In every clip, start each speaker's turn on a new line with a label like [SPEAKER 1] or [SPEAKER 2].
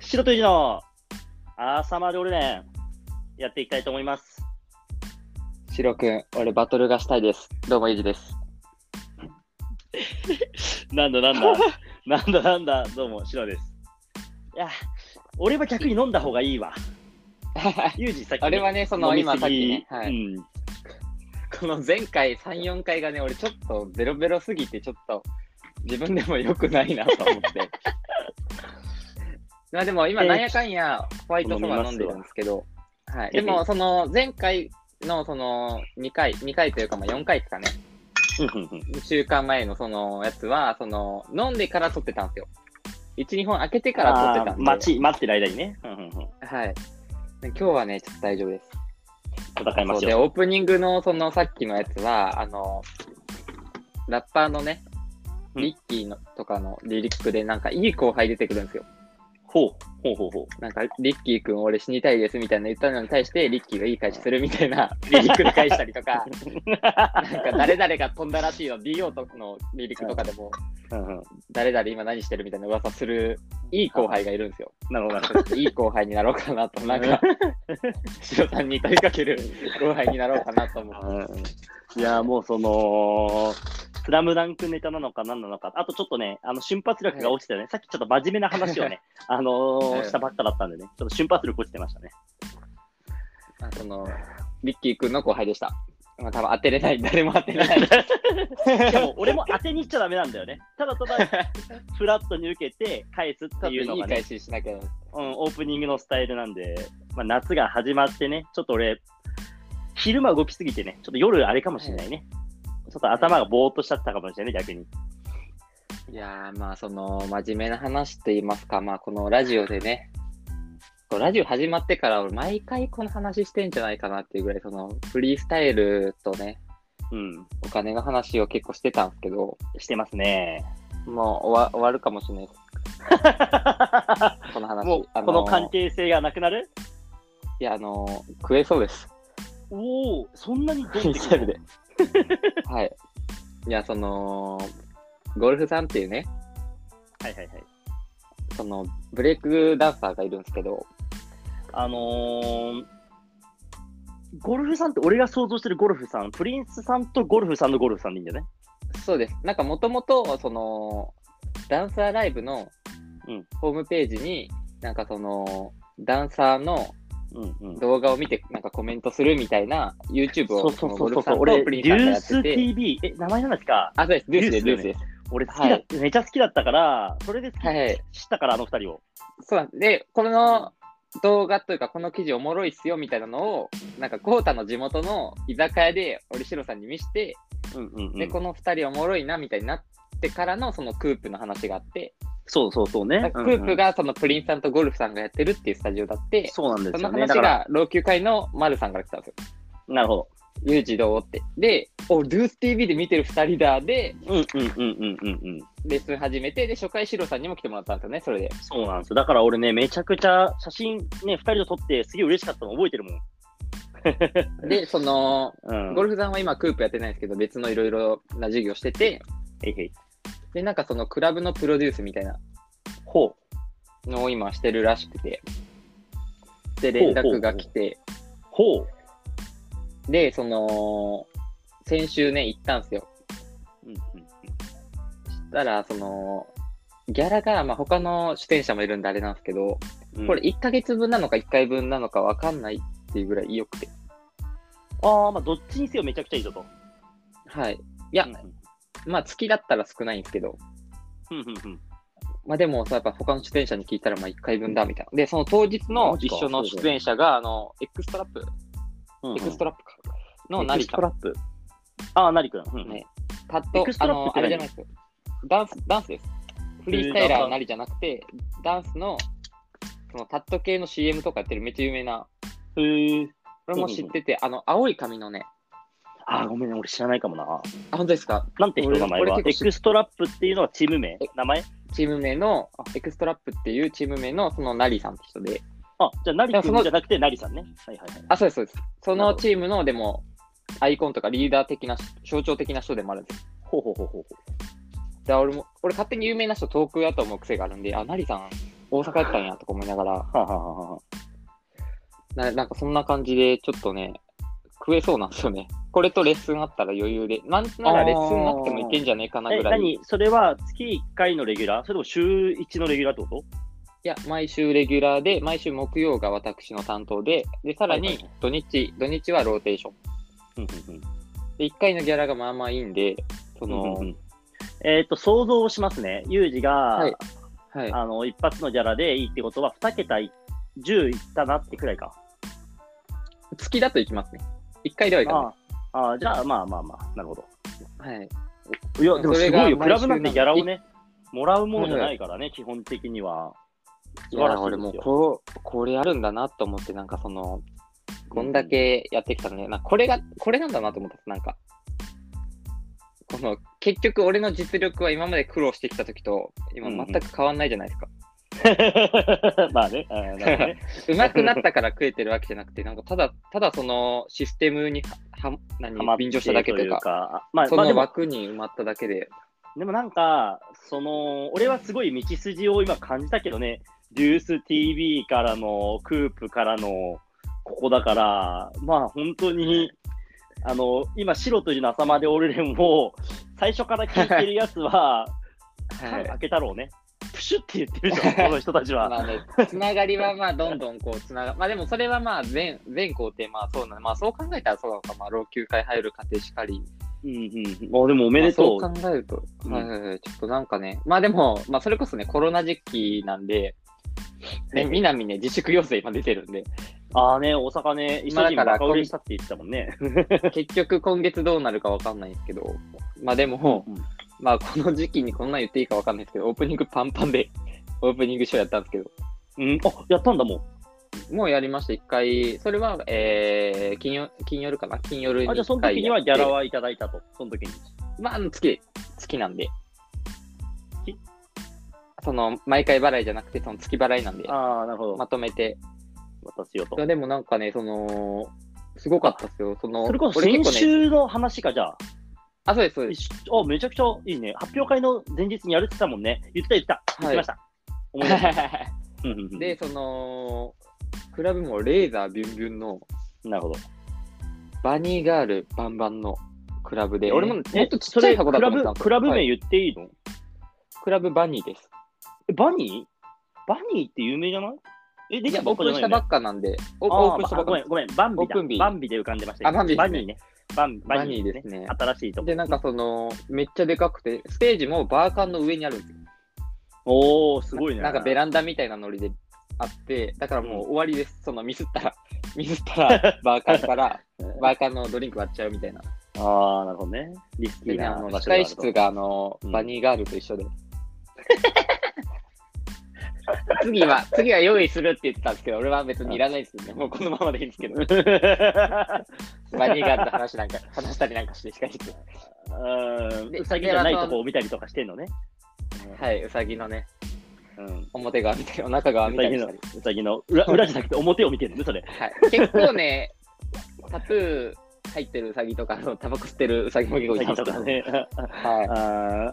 [SPEAKER 1] 白という字の朝まで俺ね、やっていきたいと思います。
[SPEAKER 2] シロ君、俺バトルがしたいです。どうも、ゆうじです。
[SPEAKER 1] なんだなんだ、 なんだなんだ、どうも、白です。いや、俺は逆に飲んだ方がい いわ。ユージ、さっき、
[SPEAKER 2] 俺はね、その、
[SPEAKER 1] 飲み
[SPEAKER 2] 今
[SPEAKER 1] す
[SPEAKER 2] さっき
[SPEAKER 1] ぎ
[SPEAKER 2] ね、はい
[SPEAKER 1] うん、
[SPEAKER 2] この前回3、4回がね、俺ちょっとベロベロすぎて、ちょっと自分でも良くないなと思 って。まあでも今、
[SPEAKER 1] えー
[SPEAKER 2] なんやかんやホワイトソワ飲んでるんですけど、はい、でもその前回のその2回、2回というかまあ4回ですかね、
[SPEAKER 1] うんうんうん
[SPEAKER 2] 2週間前のそのやつは、その飲んでから撮ってたんですよ。1、2本開けてから撮ってた
[SPEAKER 1] あ
[SPEAKER 2] ん
[SPEAKER 1] ー
[SPEAKER 2] で。
[SPEAKER 1] 待ち、待ってる間にね、うんうんうん
[SPEAKER 2] はい。今日はね、ちょっと大丈夫です。
[SPEAKER 1] 戦いま
[SPEAKER 2] そう
[SPEAKER 1] す
[SPEAKER 2] で、
[SPEAKER 1] よ。
[SPEAKER 2] オープニングのそのさっきのやつは、あの、ラッパーのね、
[SPEAKER 1] うん
[SPEAKER 2] リッキーのとかのリリックで、なんかいい後輩出てくるんですよ。
[SPEAKER 1] ほう、ほうほうほ
[SPEAKER 2] なんか、リッキーくん俺死にたいですみたいな言ったのに対して、リッキーがいい返しするみたいなリリックで返したりとか、なんか誰々が飛んだらしいの、DO とのリリックとかでも、
[SPEAKER 1] う。うんうん
[SPEAKER 2] 誰々今何してるみたいな噂する、いい後輩がいるんですよ。
[SPEAKER 1] なるほど、なるほ
[SPEAKER 2] ちょっといい後輩になろうかなと、な んか、シロさんに問いかける後輩になろうかなと思って。
[SPEAKER 1] どうんうん。いや、もうその、スラムダンクネタなのか何なのか、あとちょっとね、あの瞬発力が落ちてね、さっきちょっと真面目な話 をね、あの
[SPEAKER 2] う
[SPEAKER 1] ー、
[SPEAKER 2] ん
[SPEAKER 1] したばっかだったんでね、ちょっと瞬発力落ちてましたね。
[SPEAKER 2] あその、リッキーくんの後輩でした。まあ、多分当てれ ない、誰も当てれない。
[SPEAKER 1] しかも俺も当てに行っちゃダメなんだよね。ただただ フラットに受けて返すって
[SPEAKER 2] 多分
[SPEAKER 1] いうの
[SPEAKER 2] いい
[SPEAKER 1] がね
[SPEAKER 2] 返、ししなきゃ。
[SPEAKER 1] うん、オープニングのスタイルなんで、まあ、夏が始まってね、ちょっと俺、昼間動きすぎてね、ちょっと夜あれかもしれないね。ちょっと頭がぼーっとしちゃったかもしれない、逆に。
[SPEAKER 2] いやー、まあ、その、真面目な話と言いますか、まあ、このラジオでね、こうラジオ始まってから、俺、毎回この話してんじゃないかなっていうぐらい、その、フリースタイルとね、
[SPEAKER 1] うん、
[SPEAKER 2] お金の話を結構してたんですけど、
[SPEAKER 1] してますね。
[SPEAKER 2] もう終わ終わるかもしれないです。この話。
[SPEAKER 1] も
[SPEAKER 2] あ
[SPEAKER 1] う、この関
[SPEAKER 2] 係。
[SPEAKER 1] 係性がなくなる
[SPEAKER 2] いや、あのー、食えそうです。
[SPEAKER 1] おお、そんなにど
[SPEAKER 2] フ リースタイルで。はい。いや、その、ゴルフさんっていうね、
[SPEAKER 1] はいはいはい。
[SPEAKER 2] そのブレイクダンサーがいるんですけど、
[SPEAKER 1] あのー、ゴルフさんって、俺が想像してるゴルフさん、プリンスさんとゴルフさんのゴルフさんでいいんだよね。
[SPEAKER 2] そうです。なんかもともと、その、ダンサーライブの
[SPEAKER 1] うん
[SPEAKER 2] ホームページに、なんかその、ダンサーの
[SPEAKER 1] うんうん。
[SPEAKER 2] 動画を見て、なんかコメントするみたいな YouTube
[SPEAKER 1] そ
[SPEAKER 2] を
[SPEAKER 1] うそ
[SPEAKER 2] そう
[SPEAKER 1] そ
[SPEAKER 2] のゴ
[SPEAKER 1] う
[SPEAKER 2] ル
[SPEAKER 1] そう
[SPEAKER 2] フ
[SPEAKER 1] そ
[SPEAKER 2] さん
[SPEAKER 1] う、
[SPEAKER 2] と
[SPEAKER 1] 俺
[SPEAKER 2] プ、リンスさんがやってて、
[SPEAKER 1] LuceTV、え、名前なんですか
[SPEAKER 2] あ、そうです、ルースです、
[SPEAKER 1] ルース
[SPEAKER 2] ルース
[SPEAKER 1] だよ
[SPEAKER 2] です。
[SPEAKER 1] 俺好きだ、
[SPEAKER 2] はい
[SPEAKER 1] めちゃ好きだったから、それで好き、
[SPEAKER 2] はいはい。
[SPEAKER 1] 知ったから、あの二人を。
[SPEAKER 2] そうなんです。で、この動画というか、この記事おもろいっすよみたいなのを、なんか、コータの地元の居酒屋で、俺、シロさんに見して、
[SPEAKER 1] うんうんう
[SPEAKER 2] で、
[SPEAKER 1] ん、
[SPEAKER 2] この二人おもろいなみたいになってからの、そのクープの話があって、
[SPEAKER 1] そうそうそう
[SPEAKER 2] なん
[SPEAKER 1] ね。
[SPEAKER 2] かクープ
[SPEAKER 1] が、
[SPEAKER 2] がそのプリンスさんとゴルフさんがやってるっていうスタジオだって、
[SPEAKER 1] そうなんです
[SPEAKER 2] そ
[SPEAKER 1] よ
[SPEAKER 2] の
[SPEAKER 1] ね。
[SPEAKER 2] 話
[SPEAKER 1] だから、
[SPEAKER 2] が老朽会の丸さんから来たんですよ。
[SPEAKER 1] なるほど。
[SPEAKER 2] ユージどうって。で、お、ドゥース TV で見てる2人だで、
[SPEAKER 1] うんうんうんうんうんうん。
[SPEAKER 2] レッスン始めて、で、初回シロさんにも来てもらったんですよね、それで。
[SPEAKER 1] そうなんですよ。だから俺ね、めちゃくちゃ写真ね、二人と撮って、すげえ嬉しかったの覚えてるもん。
[SPEAKER 2] で、その、
[SPEAKER 1] うん。
[SPEAKER 2] ゴ
[SPEAKER 1] ル
[SPEAKER 2] ルフさんは今クープやってないんですけど、別のいろいろな授業してて、
[SPEAKER 1] えいへい。
[SPEAKER 2] で、なんかそのクラブのプロデュースみたいな
[SPEAKER 1] ほう。
[SPEAKER 2] のを今してるらしくて、で、連絡が来て、
[SPEAKER 1] ほう。
[SPEAKER 2] で、その、先週ね、行ったんですよ。
[SPEAKER 1] うんうん
[SPEAKER 2] たら、その、ギャラが、まあ、他の出演者もいるんであれなんですけど、
[SPEAKER 1] うん
[SPEAKER 2] これ、1ヶ月分なのか1回分なのか分かんないっていうぐらい良くて。
[SPEAKER 1] ああ、まあ、どっちにせよめちゃくちゃいいぞと。
[SPEAKER 2] はい。いや、まあ月だったら少ないんですけど、
[SPEAKER 1] うんうんうん。
[SPEAKER 2] まあでもさ、やっぱ他の出演者に聞いたらまあ1回分だみたいな。で、その当日の
[SPEAKER 1] マジ
[SPEAKER 2] 一
[SPEAKER 1] か
[SPEAKER 2] 緒の出演者が、あの、エクストラップ、
[SPEAKER 1] うんうん
[SPEAKER 2] エクストラップか。の
[SPEAKER 1] エク
[SPEAKER 2] 成
[SPEAKER 1] ス
[SPEAKER 2] 田
[SPEAKER 1] ト。ラップ。ああ、成くん。うん
[SPEAKER 2] ね。パッ
[SPEAKER 1] エ
[SPEAKER 2] と
[SPEAKER 1] クス、ト
[SPEAKER 2] あ
[SPEAKER 1] ラッ
[SPEAKER 2] の、
[SPEAKER 1] プって何
[SPEAKER 2] あれじゃないですよ。ダンス、ダンスです。フリースタイラーなりじゃなくて、ダンスの、そのタット系の CM とかやってるめっちゃ有名な
[SPEAKER 1] へえ。
[SPEAKER 2] 俺も知ってて、あの、青い髪のね、
[SPEAKER 1] ああ、ごめんね、俺知らないかもな。
[SPEAKER 2] あ、本当ですか、
[SPEAKER 1] なんて人の名前
[SPEAKER 2] 俺
[SPEAKER 1] は
[SPEAKER 2] 俺
[SPEAKER 1] エ
[SPEAKER 2] 結構知
[SPEAKER 1] ク
[SPEAKER 2] っ
[SPEAKER 1] ストラップっていうのはチーム名
[SPEAKER 2] え
[SPEAKER 1] 名前
[SPEAKER 2] チーム名の、あエクストラップっていうチーム名の、そのナリさんって人で、
[SPEAKER 1] あ、じゃあ、なり
[SPEAKER 2] いや
[SPEAKER 1] く
[SPEAKER 2] そ
[SPEAKER 1] ん
[SPEAKER 2] の
[SPEAKER 1] じゃなくて、なりさんね。はいはいはい。
[SPEAKER 2] あ、そうです、そうです。そ
[SPEAKER 1] なる
[SPEAKER 2] の
[SPEAKER 1] ほど
[SPEAKER 2] チームの、でも、アイコンとかリーダー的な、象徴的な人でもあるんですよ。
[SPEAKER 1] ほうほうほうほう。
[SPEAKER 2] で俺も、俺勝手に有名な人、遠くだと思う癖があるんで、あ、ナリさん、大阪やったんやとか思いながら、
[SPEAKER 1] はあはあはあはあ
[SPEAKER 2] ななんかそんな感じで、ちょっとね、食えそうなんですよね。これとレッスンあったら余裕で、なんならレッスンなくてもいけんじゃねえかな
[SPEAKER 1] え、
[SPEAKER 2] ぐらい。い
[SPEAKER 1] 何それは月1回のレギュラーそれとも週1のレギュラーってこと
[SPEAKER 2] や、毎週レギュラーで、毎週木曜が私の担当で、で、さら
[SPEAKER 1] はいはい
[SPEAKER 2] に
[SPEAKER 1] はい
[SPEAKER 2] 土日、土日はローテーション。
[SPEAKER 1] うんうんうん
[SPEAKER 2] で、1回のギャラがまあまあいいんで、その、
[SPEAKER 1] うんうんうんえっ、と、想像しますね。ユージが、
[SPEAKER 2] はいはい。
[SPEAKER 1] あの、一発のギャラでいいってことは、2桁い10いったなってくらいか。
[SPEAKER 2] 月だと行きますね。1回ではいかない。
[SPEAKER 1] ああああ、じゃあ、まあまあまあ、なるほど。
[SPEAKER 2] はい。
[SPEAKER 1] いや、でも
[SPEAKER 2] そ
[SPEAKER 1] す
[SPEAKER 2] れ
[SPEAKER 1] ご
[SPEAKER 2] が
[SPEAKER 1] いよ。クラブなんてギャラを
[SPEAKER 2] 毎
[SPEAKER 1] ね、もらうものじゃないからね、基本的には。素晴
[SPEAKER 2] い
[SPEAKER 1] ら
[SPEAKER 2] や、
[SPEAKER 1] しい
[SPEAKER 2] 俺
[SPEAKER 1] で
[SPEAKER 2] も
[SPEAKER 1] す
[SPEAKER 2] う
[SPEAKER 1] よ。
[SPEAKER 2] こう、これあるんだなと思って、なんかその、こんだけやってきたのね、なんかこれが、これなんだなと思った、なんか。この、結局俺の実力は今まで苦労してきた時と、今
[SPEAKER 1] うんうん
[SPEAKER 2] 全く変わんないじゃないですか。
[SPEAKER 1] まあね、あーなるほどね
[SPEAKER 2] うま、くなったから食えてるわけじゃなくて、なんかただ、ただそのシステムには、は何
[SPEAKER 1] ハマって
[SPEAKER 2] 便乗しただけと
[SPEAKER 1] と
[SPEAKER 2] いう
[SPEAKER 1] いう
[SPEAKER 2] か、
[SPEAKER 1] か。まあ、
[SPEAKER 2] そ
[SPEAKER 1] まあ、で
[SPEAKER 2] の
[SPEAKER 1] も
[SPEAKER 2] 枠に埋まっただけで、
[SPEAKER 1] でもなんか、その、俺はすごい道筋を今感じたけどね、デュース TV からの、クープからの、ここだから、まあ本当に、あの、今、白という仲間で俺らも、最初から聞いてるやつは、
[SPEAKER 2] は
[SPEAKER 1] 缶
[SPEAKER 2] い
[SPEAKER 1] 開。けたろうね。プシュって言ってるじゃん、この人たちは。
[SPEAKER 2] まあね、つながりはまあどんどんこうつながまあでもそれはまあ全全工程まあそうなのまあそう考えたらそうなのかまあ老朽化に入る過程しかり
[SPEAKER 1] うんうん。あ、でもおめでとう。
[SPEAKER 2] まあそう考えると、
[SPEAKER 1] うん
[SPEAKER 2] はいはいはいちょっとなんかねまあでもまあそれこそねコロナ時期なんでね南ね自粛要請今出てるんで
[SPEAKER 1] ああね、大阪ね、急
[SPEAKER 2] まあ
[SPEAKER 1] ぎ
[SPEAKER 2] だから
[SPEAKER 1] バカ売れしたって言ってたもんね。
[SPEAKER 2] 結局今月どうなるかわかんないんですけどまあでも、
[SPEAKER 1] うん
[SPEAKER 2] まあこの時期にこんなん言っていいかわかんないですけどオープニングパンパンでオープニングショーやったんですけど
[SPEAKER 1] うん、あ、やったんだもん。
[SPEAKER 2] もうやりました、一回。それは、えー、金曜、金夜かな金夜に
[SPEAKER 1] あ、じゃあそ
[SPEAKER 2] 一
[SPEAKER 1] の
[SPEAKER 2] 回
[SPEAKER 1] 時にはギャラ
[SPEAKER 2] やって
[SPEAKER 1] はいただいたと、その時に。
[SPEAKER 2] まあ、あの月、月なんで
[SPEAKER 1] 月。
[SPEAKER 2] その、毎回払いじゃなくて、その月払いなんで、
[SPEAKER 1] ああ、なるほど。
[SPEAKER 2] まとめて。
[SPEAKER 1] 渡すよと
[SPEAKER 2] い。やでもなんかね、その、すごかったですよ。その、
[SPEAKER 1] それこそ
[SPEAKER 2] 俺
[SPEAKER 1] 先
[SPEAKER 2] 結構ね、
[SPEAKER 1] 週の話か、じゃあ。
[SPEAKER 2] あ、そうです、そうです。
[SPEAKER 1] 一緒あ、めちゃくちゃいいね。発表会の前日にやるって言ってたもんね。言ってた言ってた。言ってました。思い出 した。うんうんうん
[SPEAKER 2] で、、その、クラブもレーザービュンビュンの、
[SPEAKER 1] なるほど。
[SPEAKER 2] バニーガールバンバンのクラブで、俺ももっ
[SPEAKER 1] え
[SPEAKER 2] とちっちゃい箱だと思ってた
[SPEAKER 1] それ
[SPEAKER 2] んですよ
[SPEAKER 1] クラブ、クラブ
[SPEAKER 2] は
[SPEAKER 1] 名
[SPEAKER 2] い
[SPEAKER 1] 言っていいの、
[SPEAKER 2] クラブバニーです。
[SPEAKER 1] えバニーバニーって有名じゃないえ、で
[SPEAKER 2] い
[SPEAKER 1] き
[SPEAKER 2] や
[SPEAKER 1] た、ば
[SPEAKER 2] オ
[SPEAKER 1] っ
[SPEAKER 2] ー
[SPEAKER 1] か
[SPEAKER 2] プ
[SPEAKER 1] じ
[SPEAKER 2] ン
[SPEAKER 1] ゃないよ
[SPEAKER 2] したば
[SPEAKER 1] ね
[SPEAKER 2] っかなんで、オ
[SPEAKER 1] あ
[SPEAKER 2] オープンしたば
[SPEAKER 1] あ
[SPEAKER 2] っ
[SPEAKER 1] ごめん、
[SPEAKER 2] か
[SPEAKER 1] ごめん、バンビだ。
[SPEAKER 2] オープンビ
[SPEAKER 1] バンビで浮かんでましたけど
[SPEAKER 2] あバンビですね
[SPEAKER 1] ニーね。バン、バ
[SPEAKER 2] バ
[SPEAKER 1] ニ
[SPEAKER 2] ニ
[SPEAKER 1] ー
[SPEAKER 2] ー
[SPEAKER 1] で
[SPEAKER 2] ですす
[SPEAKER 1] ね。
[SPEAKER 2] ね
[SPEAKER 1] 新しいとこ。
[SPEAKER 2] で、なんかその、めっちゃでかくて、ステージもバーカンの上にあるんですよ。
[SPEAKER 1] おおすごいね。
[SPEAKER 2] なんかベランダみたいなノリであって、だからもう終わりです。そのミスったら、ミスったらバーカン から、バーカンのドリンク割っちゃうみたいな。
[SPEAKER 1] ああ、なるほどね。リスキ
[SPEAKER 2] で
[SPEAKER 1] ー
[SPEAKER 2] ね、
[SPEAKER 1] な
[SPEAKER 2] あの、
[SPEAKER 1] 場所
[SPEAKER 2] 控え室があの、
[SPEAKER 1] うん
[SPEAKER 2] バニーガールと一緒で。 次は、次は用意するって言ってたんですけど、俺は別にいらないですよね。もうこのままでいいんですけど、
[SPEAKER 1] が。
[SPEAKER 2] バニーガールと話なんか、話したりなんかして、控え室。
[SPEAKER 1] う
[SPEAKER 2] で
[SPEAKER 1] ん、うさぎじゃないとこを見たりとかしてんのね。
[SPEAKER 2] はい、うさぎのね、
[SPEAKER 1] うん、
[SPEAKER 2] 表側見たり、お腹側
[SPEAKER 1] う
[SPEAKER 2] 見た
[SPEAKER 1] さ
[SPEAKER 2] り
[SPEAKER 1] ぎ
[SPEAKER 2] し
[SPEAKER 1] の
[SPEAKER 2] たり。、
[SPEAKER 1] うさぎの裏裏じゃなくて表を見てるね、それ。
[SPEAKER 2] はい、結構ね、タトゥー入ってるウサギとか、そのタバコ吸ってるウサギも結構
[SPEAKER 1] う
[SPEAKER 2] い
[SPEAKER 1] さ
[SPEAKER 2] たん
[SPEAKER 1] ぎ
[SPEAKER 2] です
[SPEAKER 1] と
[SPEAKER 2] けど
[SPEAKER 1] か、ね。
[SPEAKER 2] は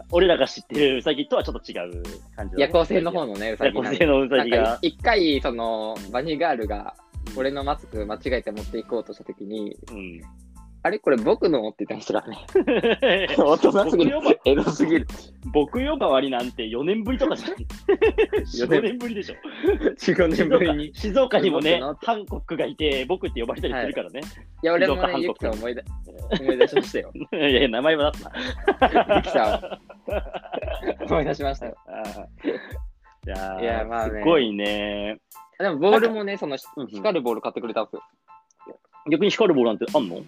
[SPEAKER 1] あー俺らが知ってるうさぎとはちょっと違う感じ
[SPEAKER 2] い、夜行性の方
[SPEAKER 1] の
[SPEAKER 2] のね、ウサ
[SPEAKER 1] 夜
[SPEAKER 2] ギ
[SPEAKER 1] 行
[SPEAKER 2] なん
[SPEAKER 1] 性
[SPEAKER 2] で。
[SPEAKER 1] のうさ
[SPEAKER 2] なん
[SPEAKER 1] ぎ
[SPEAKER 2] か
[SPEAKER 1] が。
[SPEAKER 2] 一回、その、バニーガールが、
[SPEAKER 1] うん
[SPEAKER 2] 俺のマスク間違えて持っていこうとしたときに、
[SPEAKER 1] うん。
[SPEAKER 2] あれこれ僕のって言ってましたからね。大
[SPEAKER 1] 大
[SPEAKER 2] 人すぎる。エロすぎる。
[SPEAKER 1] 僕呼ばわりなんて4年ぶりとかじゃない
[SPEAKER 2] 四
[SPEAKER 1] ?4 年ぶりでしょ。
[SPEAKER 2] 4、5年ぶりに。い
[SPEAKER 1] 静岡にもね
[SPEAKER 2] 僕の、
[SPEAKER 1] ハンコックがいて、僕って呼ばれたりするからね。
[SPEAKER 2] や、俺も
[SPEAKER 1] 静岡
[SPEAKER 2] ね、
[SPEAKER 1] 韓国
[SPEAKER 2] ゆきさん思い出、思い出し ましたよ。
[SPEAKER 1] い、やいや、名前は出すな。
[SPEAKER 2] ゆきさん。思い出し ましたよ。
[SPEAKER 1] いやー
[SPEAKER 2] いやまあ
[SPEAKER 1] す
[SPEAKER 2] ね
[SPEAKER 1] ごいね。
[SPEAKER 2] でも、ボールもね、その、
[SPEAKER 1] うんうん
[SPEAKER 2] 光るボール買ってくれたんですよ。
[SPEAKER 1] 逆に光るボールなんてあんの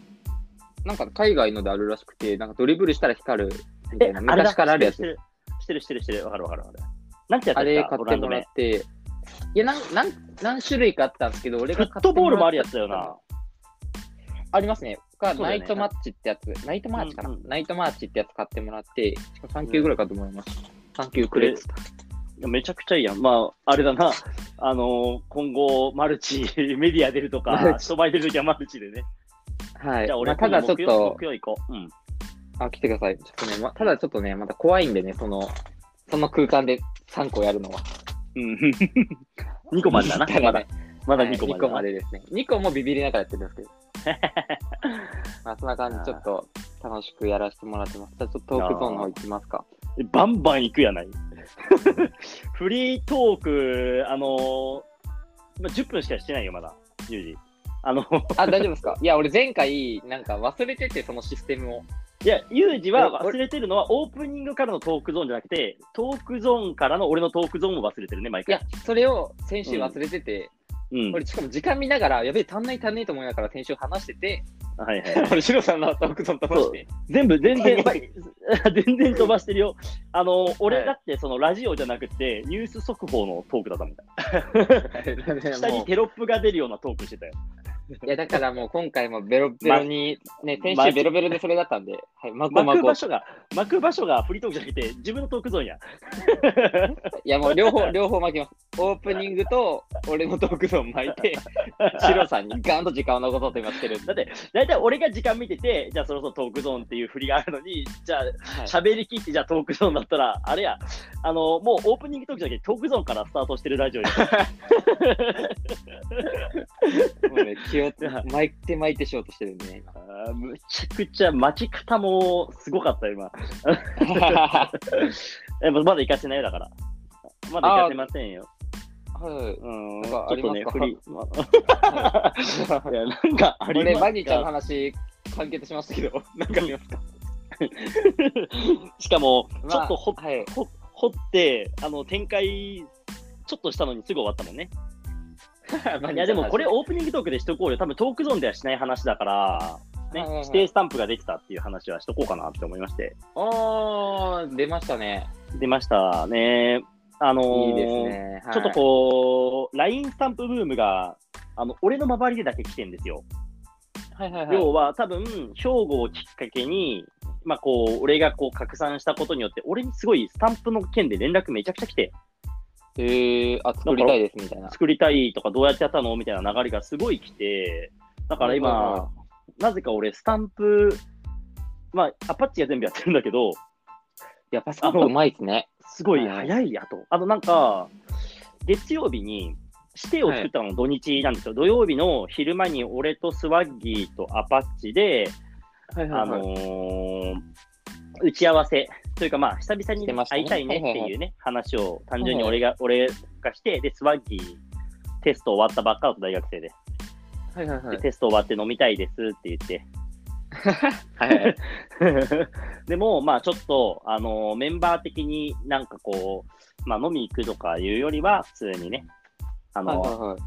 [SPEAKER 2] なんか海外のであるらしくて、なんかドリブルしたら光るみた
[SPEAKER 1] え
[SPEAKER 2] いな、昔からあるや
[SPEAKER 1] して
[SPEAKER 2] つ。
[SPEAKER 1] る、してる、してる、してる。わかるわかるわかる。なんてやつ
[SPEAKER 2] あ
[SPEAKER 1] で
[SPEAKER 2] れ
[SPEAKER 1] すか
[SPEAKER 2] 買
[SPEAKER 1] ブ
[SPEAKER 2] っ
[SPEAKER 1] ラ
[SPEAKER 2] て
[SPEAKER 1] ンド
[SPEAKER 2] もらっ
[SPEAKER 1] 名。
[SPEAKER 2] て、いや、なん、なん、何種類かあったんですけど、俺
[SPEAKER 1] フ
[SPEAKER 2] が
[SPEAKER 1] ットボールもあるやつだよ
[SPEAKER 2] 買っ
[SPEAKER 1] な。
[SPEAKER 2] てもらった。ありますね。
[SPEAKER 1] そ
[SPEAKER 2] か、
[SPEAKER 1] うだ
[SPEAKER 2] ナ
[SPEAKER 1] よね
[SPEAKER 2] イトマッチってやつ、ナイトマーチかな、
[SPEAKER 1] うんうん
[SPEAKER 2] ナイトマーチってやつ買ってもらって、3級ぐらいかと思います。3級くれっつった。
[SPEAKER 1] いやめちゃくちゃいいやん。まあ、あれだな。 あのー今後、マルチ、 メディア出ると
[SPEAKER 2] マル
[SPEAKER 1] か、
[SPEAKER 2] チ
[SPEAKER 1] 人前出るときはマルチでね。
[SPEAKER 2] はい。
[SPEAKER 1] じゃあ、
[SPEAKER 2] ま
[SPEAKER 1] 俺、
[SPEAKER 2] あただちょっ
[SPEAKER 1] 木曜
[SPEAKER 2] と、
[SPEAKER 1] 木曜行こう。うん。
[SPEAKER 2] あ、来てください。ちょっとね、ま、ただちょっとね、まだ怖いんでね、その、その空間で3個やるのは。
[SPEAKER 1] うん。2個ま でだな。
[SPEAKER 2] た
[SPEAKER 1] ま
[SPEAKER 2] ら
[SPEAKER 1] だ
[SPEAKER 2] ね。
[SPEAKER 1] まだ
[SPEAKER 2] はい
[SPEAKER 1] 2個まで
[SPEAKER 2] 二個までですね。2個もビビりながらやってるんですけど。 まあ、そんな感じ、ちょっと楽しくやらせてもらってます。じゃあ、ちょっとトークゾーンの方行きますか。
[SPEAKER 1] バンバン行くやない。 フリートーク、あのーまあ、10分しかしてないよ、まだ。ユージ。あの、
[SPEAKER 2] あ、大丈夫ですかいや、俺前回、なんか忘れてて、そのシステムを。
[SPEAKER 1] いや、ユージは
[SPEAKER 2] え
[SPEAKER 1] 忘
[SPEAKER 2] 俺
[SPEAKER 1] れてるのはオープニングからのトークゾーンじゃなくて、トークゾーンからの俺のトークゾーンを忘れてるね、毎
[SPEAKER 2] い
[SPEAKER 1] 回
[SPEAKER 2] や。、それを先週忘れてて、
[SPEAKER 1] うん。はい
[SPEAKER 2] 俺しかも時間見ながら、やべえ、足んない足んないと思いながら先週話してて、
[SPEAKER 1] はい。
[SPEAKER 2] 俺、シロさんのトークゾーン飛ばして。
[SPEAKER 1] 全部、全然
[SPEAKER 2] は、
[SPEAKER 1] 全然飛ばしてるよ。あのー、俺だって、そのラジオじゃなくて、ニュース速報のトークだったみたい。 下に
[SPEAKER 2] も
[SPEAKER 1] テロップが出るようなトークしてたよ。
[SPEAKER 2] ういや、だからもう今回もベロベロに、ね、先週ベロベロでそれだったんで、はい、まこま
[SPEAKER 1] 巻く
[SPEAKER 2] こ
[SPEAKER 1] 場。所が、巻く場所がフリートークじゃなくて、自分のトークゾーンや。
[SPEAKER 2] いや、もう両方、両方巻きます。オープニングと、俺のトークゾーン巻いて、シロさんにガンと時間を残そうと今してるんで。
[SPEAKER 1] だって、大体俺が時間見てて、じゃあそろそろトークゾーンっていう振りがあるのに、じゃあ
[SPEAKER 2] はい
[SPEAKER 1] 喋りきって、じゃあトークゾーンだったら、あれや、あの、もうオープニングトークじゃなくて、トークゾーンからスタートしてるラジオや。
[SPEAKER 2] もうね、気を巻いて巻いてしようとしてるんでね、今。
[SPEAKER 1] あーむちゃくちゃ待ち方もすごかったよ、今。
[SPEAKER 2] は
[SPEAKER 1] えままだ行かせてないよだから。まだ行かせませんよ。
[SPEAKER 2] い
[SPEAKER 1] うん、
[SPEAKER 2] なん
[SPEAKER 1] ちょ
[SPEAKER 2] かあ
[SPEAKER 1] っ
[SPEAKER 2] り
[SPEAKER 1] と
[SPEAKER 2] ます
[SPEAKER 1] ね、
[SPEAKER 2] か
[SPEAKER 1] 振り。ま いや、なんかあり
[SPEAKER 2] 俺、
[SPEAKER 1] ます
[SPEAKER 2] バギーちゃんの話、完結しましたけど、 なんかありますか
[SPEAKER 1] しかも、ちょっと
[SPEAKER 2] ほ
[SPEAKER 1] ほ、
[SPEAKER 2] はい。
[SPEAKER 1] ほ掘って、あの、展開、ちょっとしたのにすぐ終わったもん ね。いやでもこれ
[SPEAKER 2] を、
[SPEAKER 1] オープニングトークでしとこうよ。多分トークゾーンではしない話だから、ね
[SPEAKER 2] はいはいはい
[SPEAKER 1] 指定スタンプができたっていう話はしとこうかなって思いまして。
[SPEAKER 2] おー、出ましたね。
[SPEAKER 1] 出ましたね。あのー
[SPEAKER 2] いいですね。はい
[SPEAKER 1] ちょっとこう、LINE スタンプブームが、あの、俺の周りでだけ来てんですよ。
[SPEAKER 2] はいはいはい
[SPEAKER 1] 要は多分、兵庫をきっかけに、まあこう、俺がこう拡散したことによって、俺にすごいスタンプの件で連絡めちゃくちゃ来て、
[SPEAKER 2] えー、あ、作りたいですみたいな。
[SPEAKER 1] 作りたいとかどうやってやったのみたいな流れがすごい来て、だから今、
[SPEAKER 2] は
[SPEAKER 1] なぜか俺、スタンプ、まあ、アパッチが全部やってるんだけど、
[SPEAKER 2] い、やっぱスタンプうまいですね。
[SPEAKER 1] すごい
[SPEAKER 2] はいはい
[SPEAKER 1] 早いやと。あとなんか、月曜日に指定を作ったの土日なんですよ。土曜日の昼間に俺とスワッギーとアパッチで、
[SPEAKER 2] はい
[SPEAKER 1] あのー打ち合わせというか、まあ、久々に
[SPEAKER 2] してましたね
[SPEAKER 1] 会いたいねって
[SPEAKER 2] はい
[SPEAKER 1] い
[SPEAKER 2] は
[SPEAKER 1] うね、話を単純に俺が、俺がして、で、スワッギー、テスト終わったばっかだと大学生で
[SPEAKER 2] はいはいは
[SPEAKER 1] で
[SPEAKER 2] い。
[SPEAKER 1] テスト終わって飲みたいですって言って、
[SPEAKER 2] はいはい。
[SPEAKER 1] でも、まあちょっと、あのメンバー的になんかこう、まあ飲み行くとかいうよりは、普通にね、あ
[SPEAKER 2] はい
[SPEAKER 1] の
[SPEAKER 2] はいはい。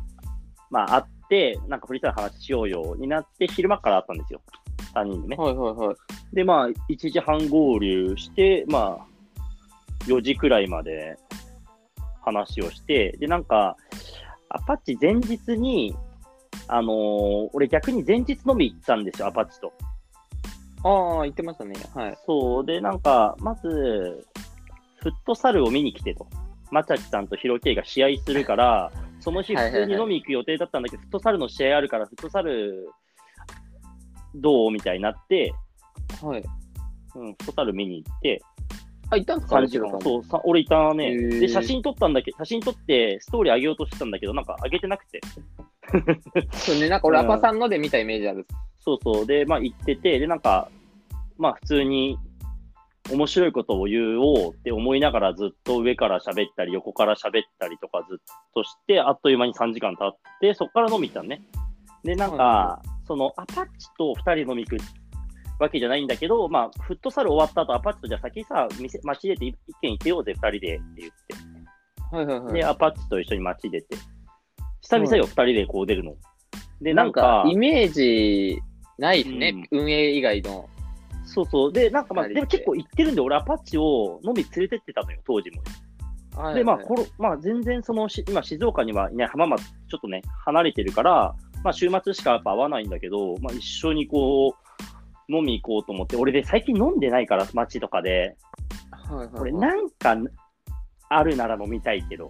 [SPEAKER 1] まあ会って、なんかフリースタイルの話しようよになって、昼間からあったんですよ。3人でね。
[SPEAKER 2] はいはいはい。
[SPEAKER 1] で、まあ1時半合流して、まあ4時くらいまで話をして、で、なんか、アパッチ前日に、あの俺逆に前日飲み行ったんですよ、アパッチと。
[SPEAKER 2] ああ、言ってましたね。はい。
[SPEAKER 1] そうで、なんか、まず、フットサルを見に来てと。マチャチさんとヒロケイが試合するから、その日
[SPEAKER 2] はい
[SPEAKER 1] 普
[SPEAKER 2] はいはい
[SPEAKER 1] 通に飲み行く予定だったんだけど、フットサルの試合あるから、フットサルどうみたいになって、
[SPEAKER 2] はい。
[SPEAKER 1] うん、フットサル見に行って、
[SPEAKER 2] あ、行ったんですか
[SPEAKER 1] 3時間、そう、さ俺いた
[SPEAKER 2] へ
[SPEAKER 1] ね。
[SPEAKER 2] ー
[SPEAKER 1] で、写真撮ったんだけど、写真撮って、ストーリー上げようとしてたんだけど、なんか上げてなくて。
[SPEAKER 2] そうね、なんか俺、アパさんので見たイメージある。
[SPEAKER 1] そうそう。で、まあ行ってて、で、なんか、まあ普通に面白いことを言おうって思いながらずっと上から喋ったり、横から喋ったりとかずっとして、あっという間に3時間経って、そこから飲み行ったのね。で、なん
[SPEAKER 2] は
[SPEAKER 1] か、そのアパッチと2人飲み行くわけじゃないんだけど、まあフットサル終わった後、アパッチとじゃあ先さ、店街出て一軒行ってようぜ、2人でって言って。
[SPEAKER 2] はいはいはい。
[SPEAKER 1] で、アパッチと一緒に街出て。久々よ、2人でこう出るの。で、
[SPEAKER 2] な
[SPEAKER 1] なんんか、、
[SPEAKER 2] かイメージないですね、運営以外の。
[SPEAKER 1] そうそう。で、なんかまあ、
[SPEAKER 2] 二人
[SPEAKER 1] で
[SPEAKER 2] で
[SPEAKER 1] も結構行ってるんで、俺アパッチを飲み連れてってたのよ、当時も。
[SPEAKER 2] はい
[SPEAKER 1] で、まあ、コロまあ、全然そのし、今静岡にはいない浜松、ちょっとね、離れてるから、まあ、週末しかやっぱ会わないんだけど、まあ、一緒にこう、飲み行こうと思って、俺で最近飲んでないから、街とかで。
[SPEAKER 2] はいはい
[SPEAKER 1] 俺、なんか、あるなら飲みたいけど、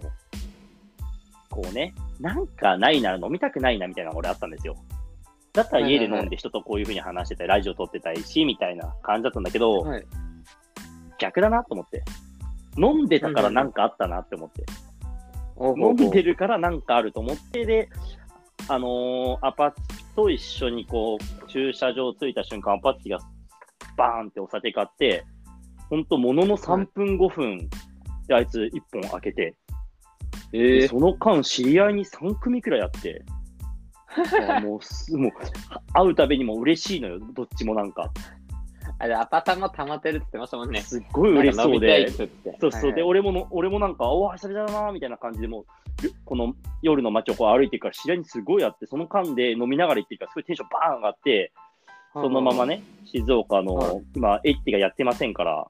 [SPEAKER 1] こうね、なんかないなら飲みたくないな、みたいなのが俺あったんですよ。だったら家で
[SPEAKER 2] はい
[SPEAKER 1] 飲
[SPEAKER 2] はい
[SPEAKER 1] ん
[SPEAKER 2] は
[SPEAKER 1] で人とこういう風に話してたり、ラジオ撮ってたりし、みたいな感じだったんだけど、
[SPEAKER 2] はい、
[SPEAKER 1] 逆だなと思って。飲んでたからなんかあったなって思って。
[SPEAKER 2] あおうほうほ
[SPEAKER 1] 伸
[SPEAKER 2] う
[SPEAKER 1] びてるからなんかあると思って、で、あのーアパッチと一緒にこう、駐車場着いた瞬間、アパッチがバーンってお酒買って、ほんと、ものの3分、5分で、あいつ1本開けて、
[SPEAKER 2] え
[SPEAKER 1] で
[SPEAKER 2] え
[SPEAKER 1] その間、知り合いに3組くらいやって、あもうす、もう、会うたびにもう嬉しいのよ、どっちもなんか。
[SPEAKER 2] あれ、アパタマ溜まってるって言ってましたもんね。
[SPEAKER 1] すっごい嬉しそう
[SPEAKER 2] なんか飲み
[SPEAKER 1] で
[SPEAKER 2] たいっ。つって
[SPEAKER 1] そうそう、で
[SPEAKER 2] はい
[SPEAKER 1] 俺もの俺もなんか、おお、久々だなーみたいな感じで、もうよこの夜の街をこう歩いていくから、次第にすごいあって、その間で飲みながら行ってるから、すごいテンションバーン上がって、そのまま。ね、静岡の、
[SPEAKER 2] はい
[SPEAKER 1] 今、エッティがやってませんから、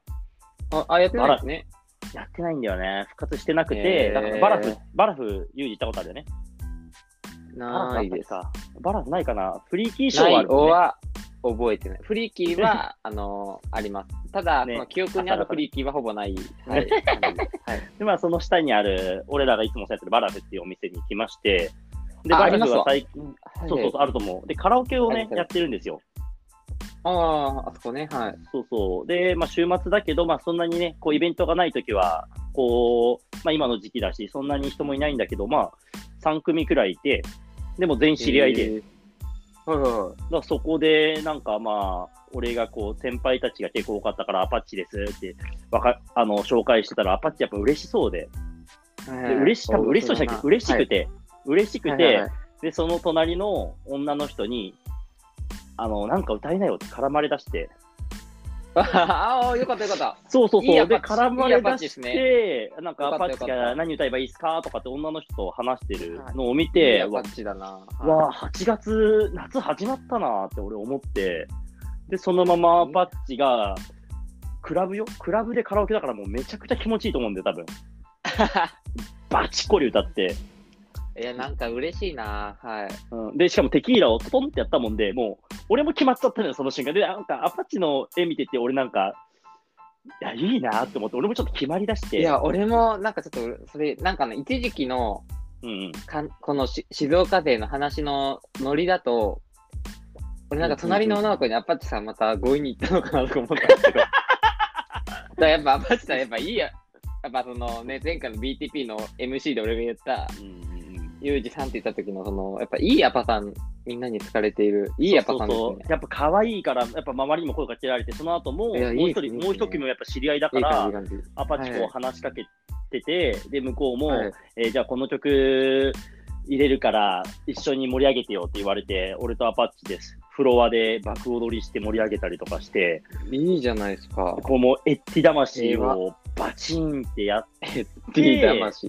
[SPEAKER 2] あ、あやってないですね。
[SPEAKER 1] やってないんだよね、復活してなく
[SPEAKER 2] へ
[SPEAKER 1] て
[SPEAKER 2] ー、
[SPEAKER 1] だからバラフ、バラフ、ユージ行ったことあるよね。バラフ
[SPEAKER 2] ない
[SPEAKER 1] だ
[SPEAKER 2] で
[SPEAKER 1] っ
[SPEAKER 2] す。
[SPEAKER 1] たか。バラフないかな、フリーキーショ
[SPEAKER 2] な
[SPEAKER 1] ーはあ
[SPEAKER 2] い
[SPEAKER 1] る
[SPEAKER 2] お
[SPEAKER 1] よね。
[SPEAKER 2] は覚えてない。フリーキ ーは、あのーあります。ただ、
[SPEAKER 1] ね
[SPEAKER 2] その記憶にあるフリーキーはほぼない。はい。
[SPEAKER 1] で、まあ、その下にある、俺らがいつもそうやってるバラフっていうお店に行きまして、で、
[SPEAKER 2] あ
[SPEAKER 1] バ
[SPEAKER 2] あ
[SPEAKER 1] ラ
[SPEAKER 2] りま
[SPEAKER 1] フ
[SPEAKER 2] すわ
[SPEAKER 1] は最近、そうそうそう、あると思う。で、カラオケを
[SPEAKER 2] ありま
[SPEAKER 1] ね
[SPEAKER 2] す、ね
[SPEAKER 1] やってるんですよ。
[SPEAKER 2] ああ、あそこね、はい。
[SPEAKER 1] そうそう。で、まあ、週末だけど、まあ、そんなにね、こう、イベントがないときは、こう、まあ、今の時期だし、そんなに人もいないんだけど、まあ、3組くらいいて、でも全員知り合いで、だ
[SPEAKER 2] えー。はいはいはい
[SPEAKER 1] からそこで、なんかまあ、俺がこう、先輩たちが結構多かったから、アパッチですって、わか、あの、紹介してたら、アパッチやっぱ嬉しそうで、で嬉し、多分嬉しそうじゃなくて、嬉しくて、嬉しくて、で、その隣の女の人に、あの、なんか歌えないよって絡まれ出して、
[SPEAKER 2] あ あ、よかったよかった。
[SPEAKER 1] そうそうそう。
[SPEAKER 2] いいアパ
[SPEAKER 1] で、
[SPEAKER 2] ッチ
[SPEAKER 1] 絡まれ出
[SPEAKER 2] いいアパッチで
[SPEAKER 1] し
[SPEAKER 2] す
[SPEAKER 1] て、なんか
[SPEAKER 2] よか
[SPEAKER 1] アパ
[SPEAKER 2] った
[SPEAKER 1] ッチ
[SPEAKER 2] よかっ
[SPEAKER 1] が
[SPEAKER 2] た
[SPEAKER 1] 何歌えばいいですかとかって女の人と話してる
[SPEAKER 2] はい
[SPEAKER 1] のを見
[SPEAKER 2] いい
[SPEAKER 1] て、
[SPEAKER 2] アパ
[SPEAKER 1] わ
[SPEAKER 2] ッチだな。
[SPEAKER 1] わあ、8月、夏始まったなーって俺思って、で、そのままアパッチが、クラブよクラブでカラオケだからもうめちゃくちゃ気持ちいいと思うんで、多分。バチコリ歌って、
[SPEAKER 2] い や、なんか嬉しいな。はい。
[SPEAKER 1] うん。で、しかもテキーラをトトンってやったもんで、もう、俺も決まっちゃったのよ、その瞬間。で、なんかアパッチの絵見てて、俺なんか、いや、いいなーって思って、俺もちょっと決まりだして。
[SPEAKER 2] いや、俺も、なんかちょっと、それ、なんかね、一時期の、
[SPEAKER 1] うんうん。
[SPEAKER 2] かんこのし静岡勢の話のノリだと、俺なんか隣の女の子にアパッチさんまた強引に行ったのかなとか思ったんです けど、だからやっぱアパッチさんやっぱいいや、やっぱそのね、前回の BTP の MC で俺が言った、
[SPEAKER 1] うんうんうん
[SPEAKER 2] ユージさんって言った時のその、やっぱいいアパさん、みんなに好かれている、いいアパさんです
[SPEAKER 1] そうそう
[SPEAKER 2] ね。
[SPEAKER 1] やっぱ可愛いから、やっぱ周りにも声かけられて、その後も、もう
[SPEAKER 2] いやいい
[SPEAKER 1] 一人、
[SPEAKER 2] いい
[SPEAKER 1] もう一組もやっぱ知り合いだ
[SPEAKER 2] い
[SPEAKER 1] か
[SPEAKER 2] い
[SPEAKER 1] ら、
[SPEAKER 2] 感じ、いい感じ。
[SPEAKER 1] アパッチ
[SPEAKER 2] は
[SPEAKER 1] こう
[SPEAKER 2] い
[SPEAKER 1] 話しかけてて、で、向こうも、
[SPEAKER 2] はい
[SPEAKER 1] えーじゃあこの曲入れるから、一緒に盛り上げてよって言われて、俺とアパッチです。フロアで爆踊りして盛り上げたりとかして、
[SPEAKER 2] いいじゃないですか。
[SPEAKER 1] こうもうエッティ魂をバチンってやっ
[SPEAKER 2] いい
[SPEAKER 1] う
[SPEAKER 2] 魂。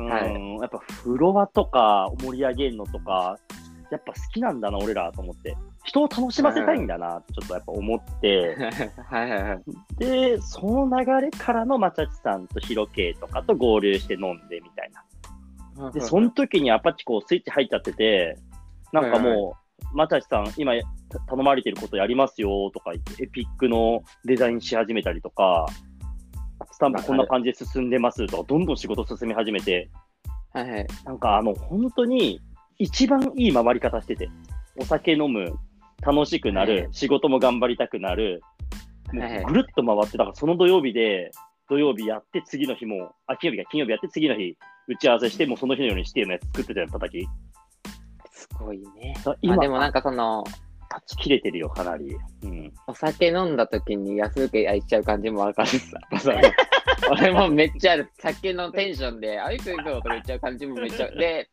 [SPEAKER 1] ん
[SPEAKER 2] はい
[SPEAKER 1] やっぱフロアとか盛り上げるのとか、やっぱ好きなんだな、俺らと思って。人を楽しませたいんだな、ちょっとやっぱ思って。
[SPEAKER 2] はいはいはい。
[SPEAKER 1] で、その流れからのマチャチさんとヒロケイとかと合流して飲んでみたいな。で、その時にアパッチこうスイッチ入っちゃってて、なんか
[SPEAKER 2] はい
[SPEAKER 1] もう、マチャチさん今た頼まれてることやりますよとか言って、エピックのデザインし始めたりとか、スタンプこんな感じで進んでますとか、どんどん仕事進み始めて、
[SPEAKER 2] はいはい。
[SPEAKER 1] なんかあの、本当に一番いい回り方してて、お酒飲む、楽しくな
[SPEAKER 2] はい
[SPEAKER 1] る、仕事も頑張りたくなる、も
[SPEAKER 2] はいう
[SPEAKER 1] ぐるっと回って、だからその土曜日で、土曜日やって、次の日も、あ、金曜日か、金曜日やって、次の日、打ち合わせして、もうその日のようにしてのやつ作ってたよ、叩き。
[SPEAKER 2] すごいね。
[SPEAKER 1] だ
[SPEAKER 2] ま
[SPEAKER 1] 今、
[SPEAKER 2] あ
[SPEAKER 1] 立
[SPEAKER 2] でもなんかその、
[SPEAKER 1] ち切れてるよ、かなり。 うん。
[SPEAKER 2] お酒飲んだ時に安請け合いしちゃう感じもわかるさ。 俺もめっちゃある。酒のテンション で、あいくいくとか言っちゃう感じもめっちゃある。で、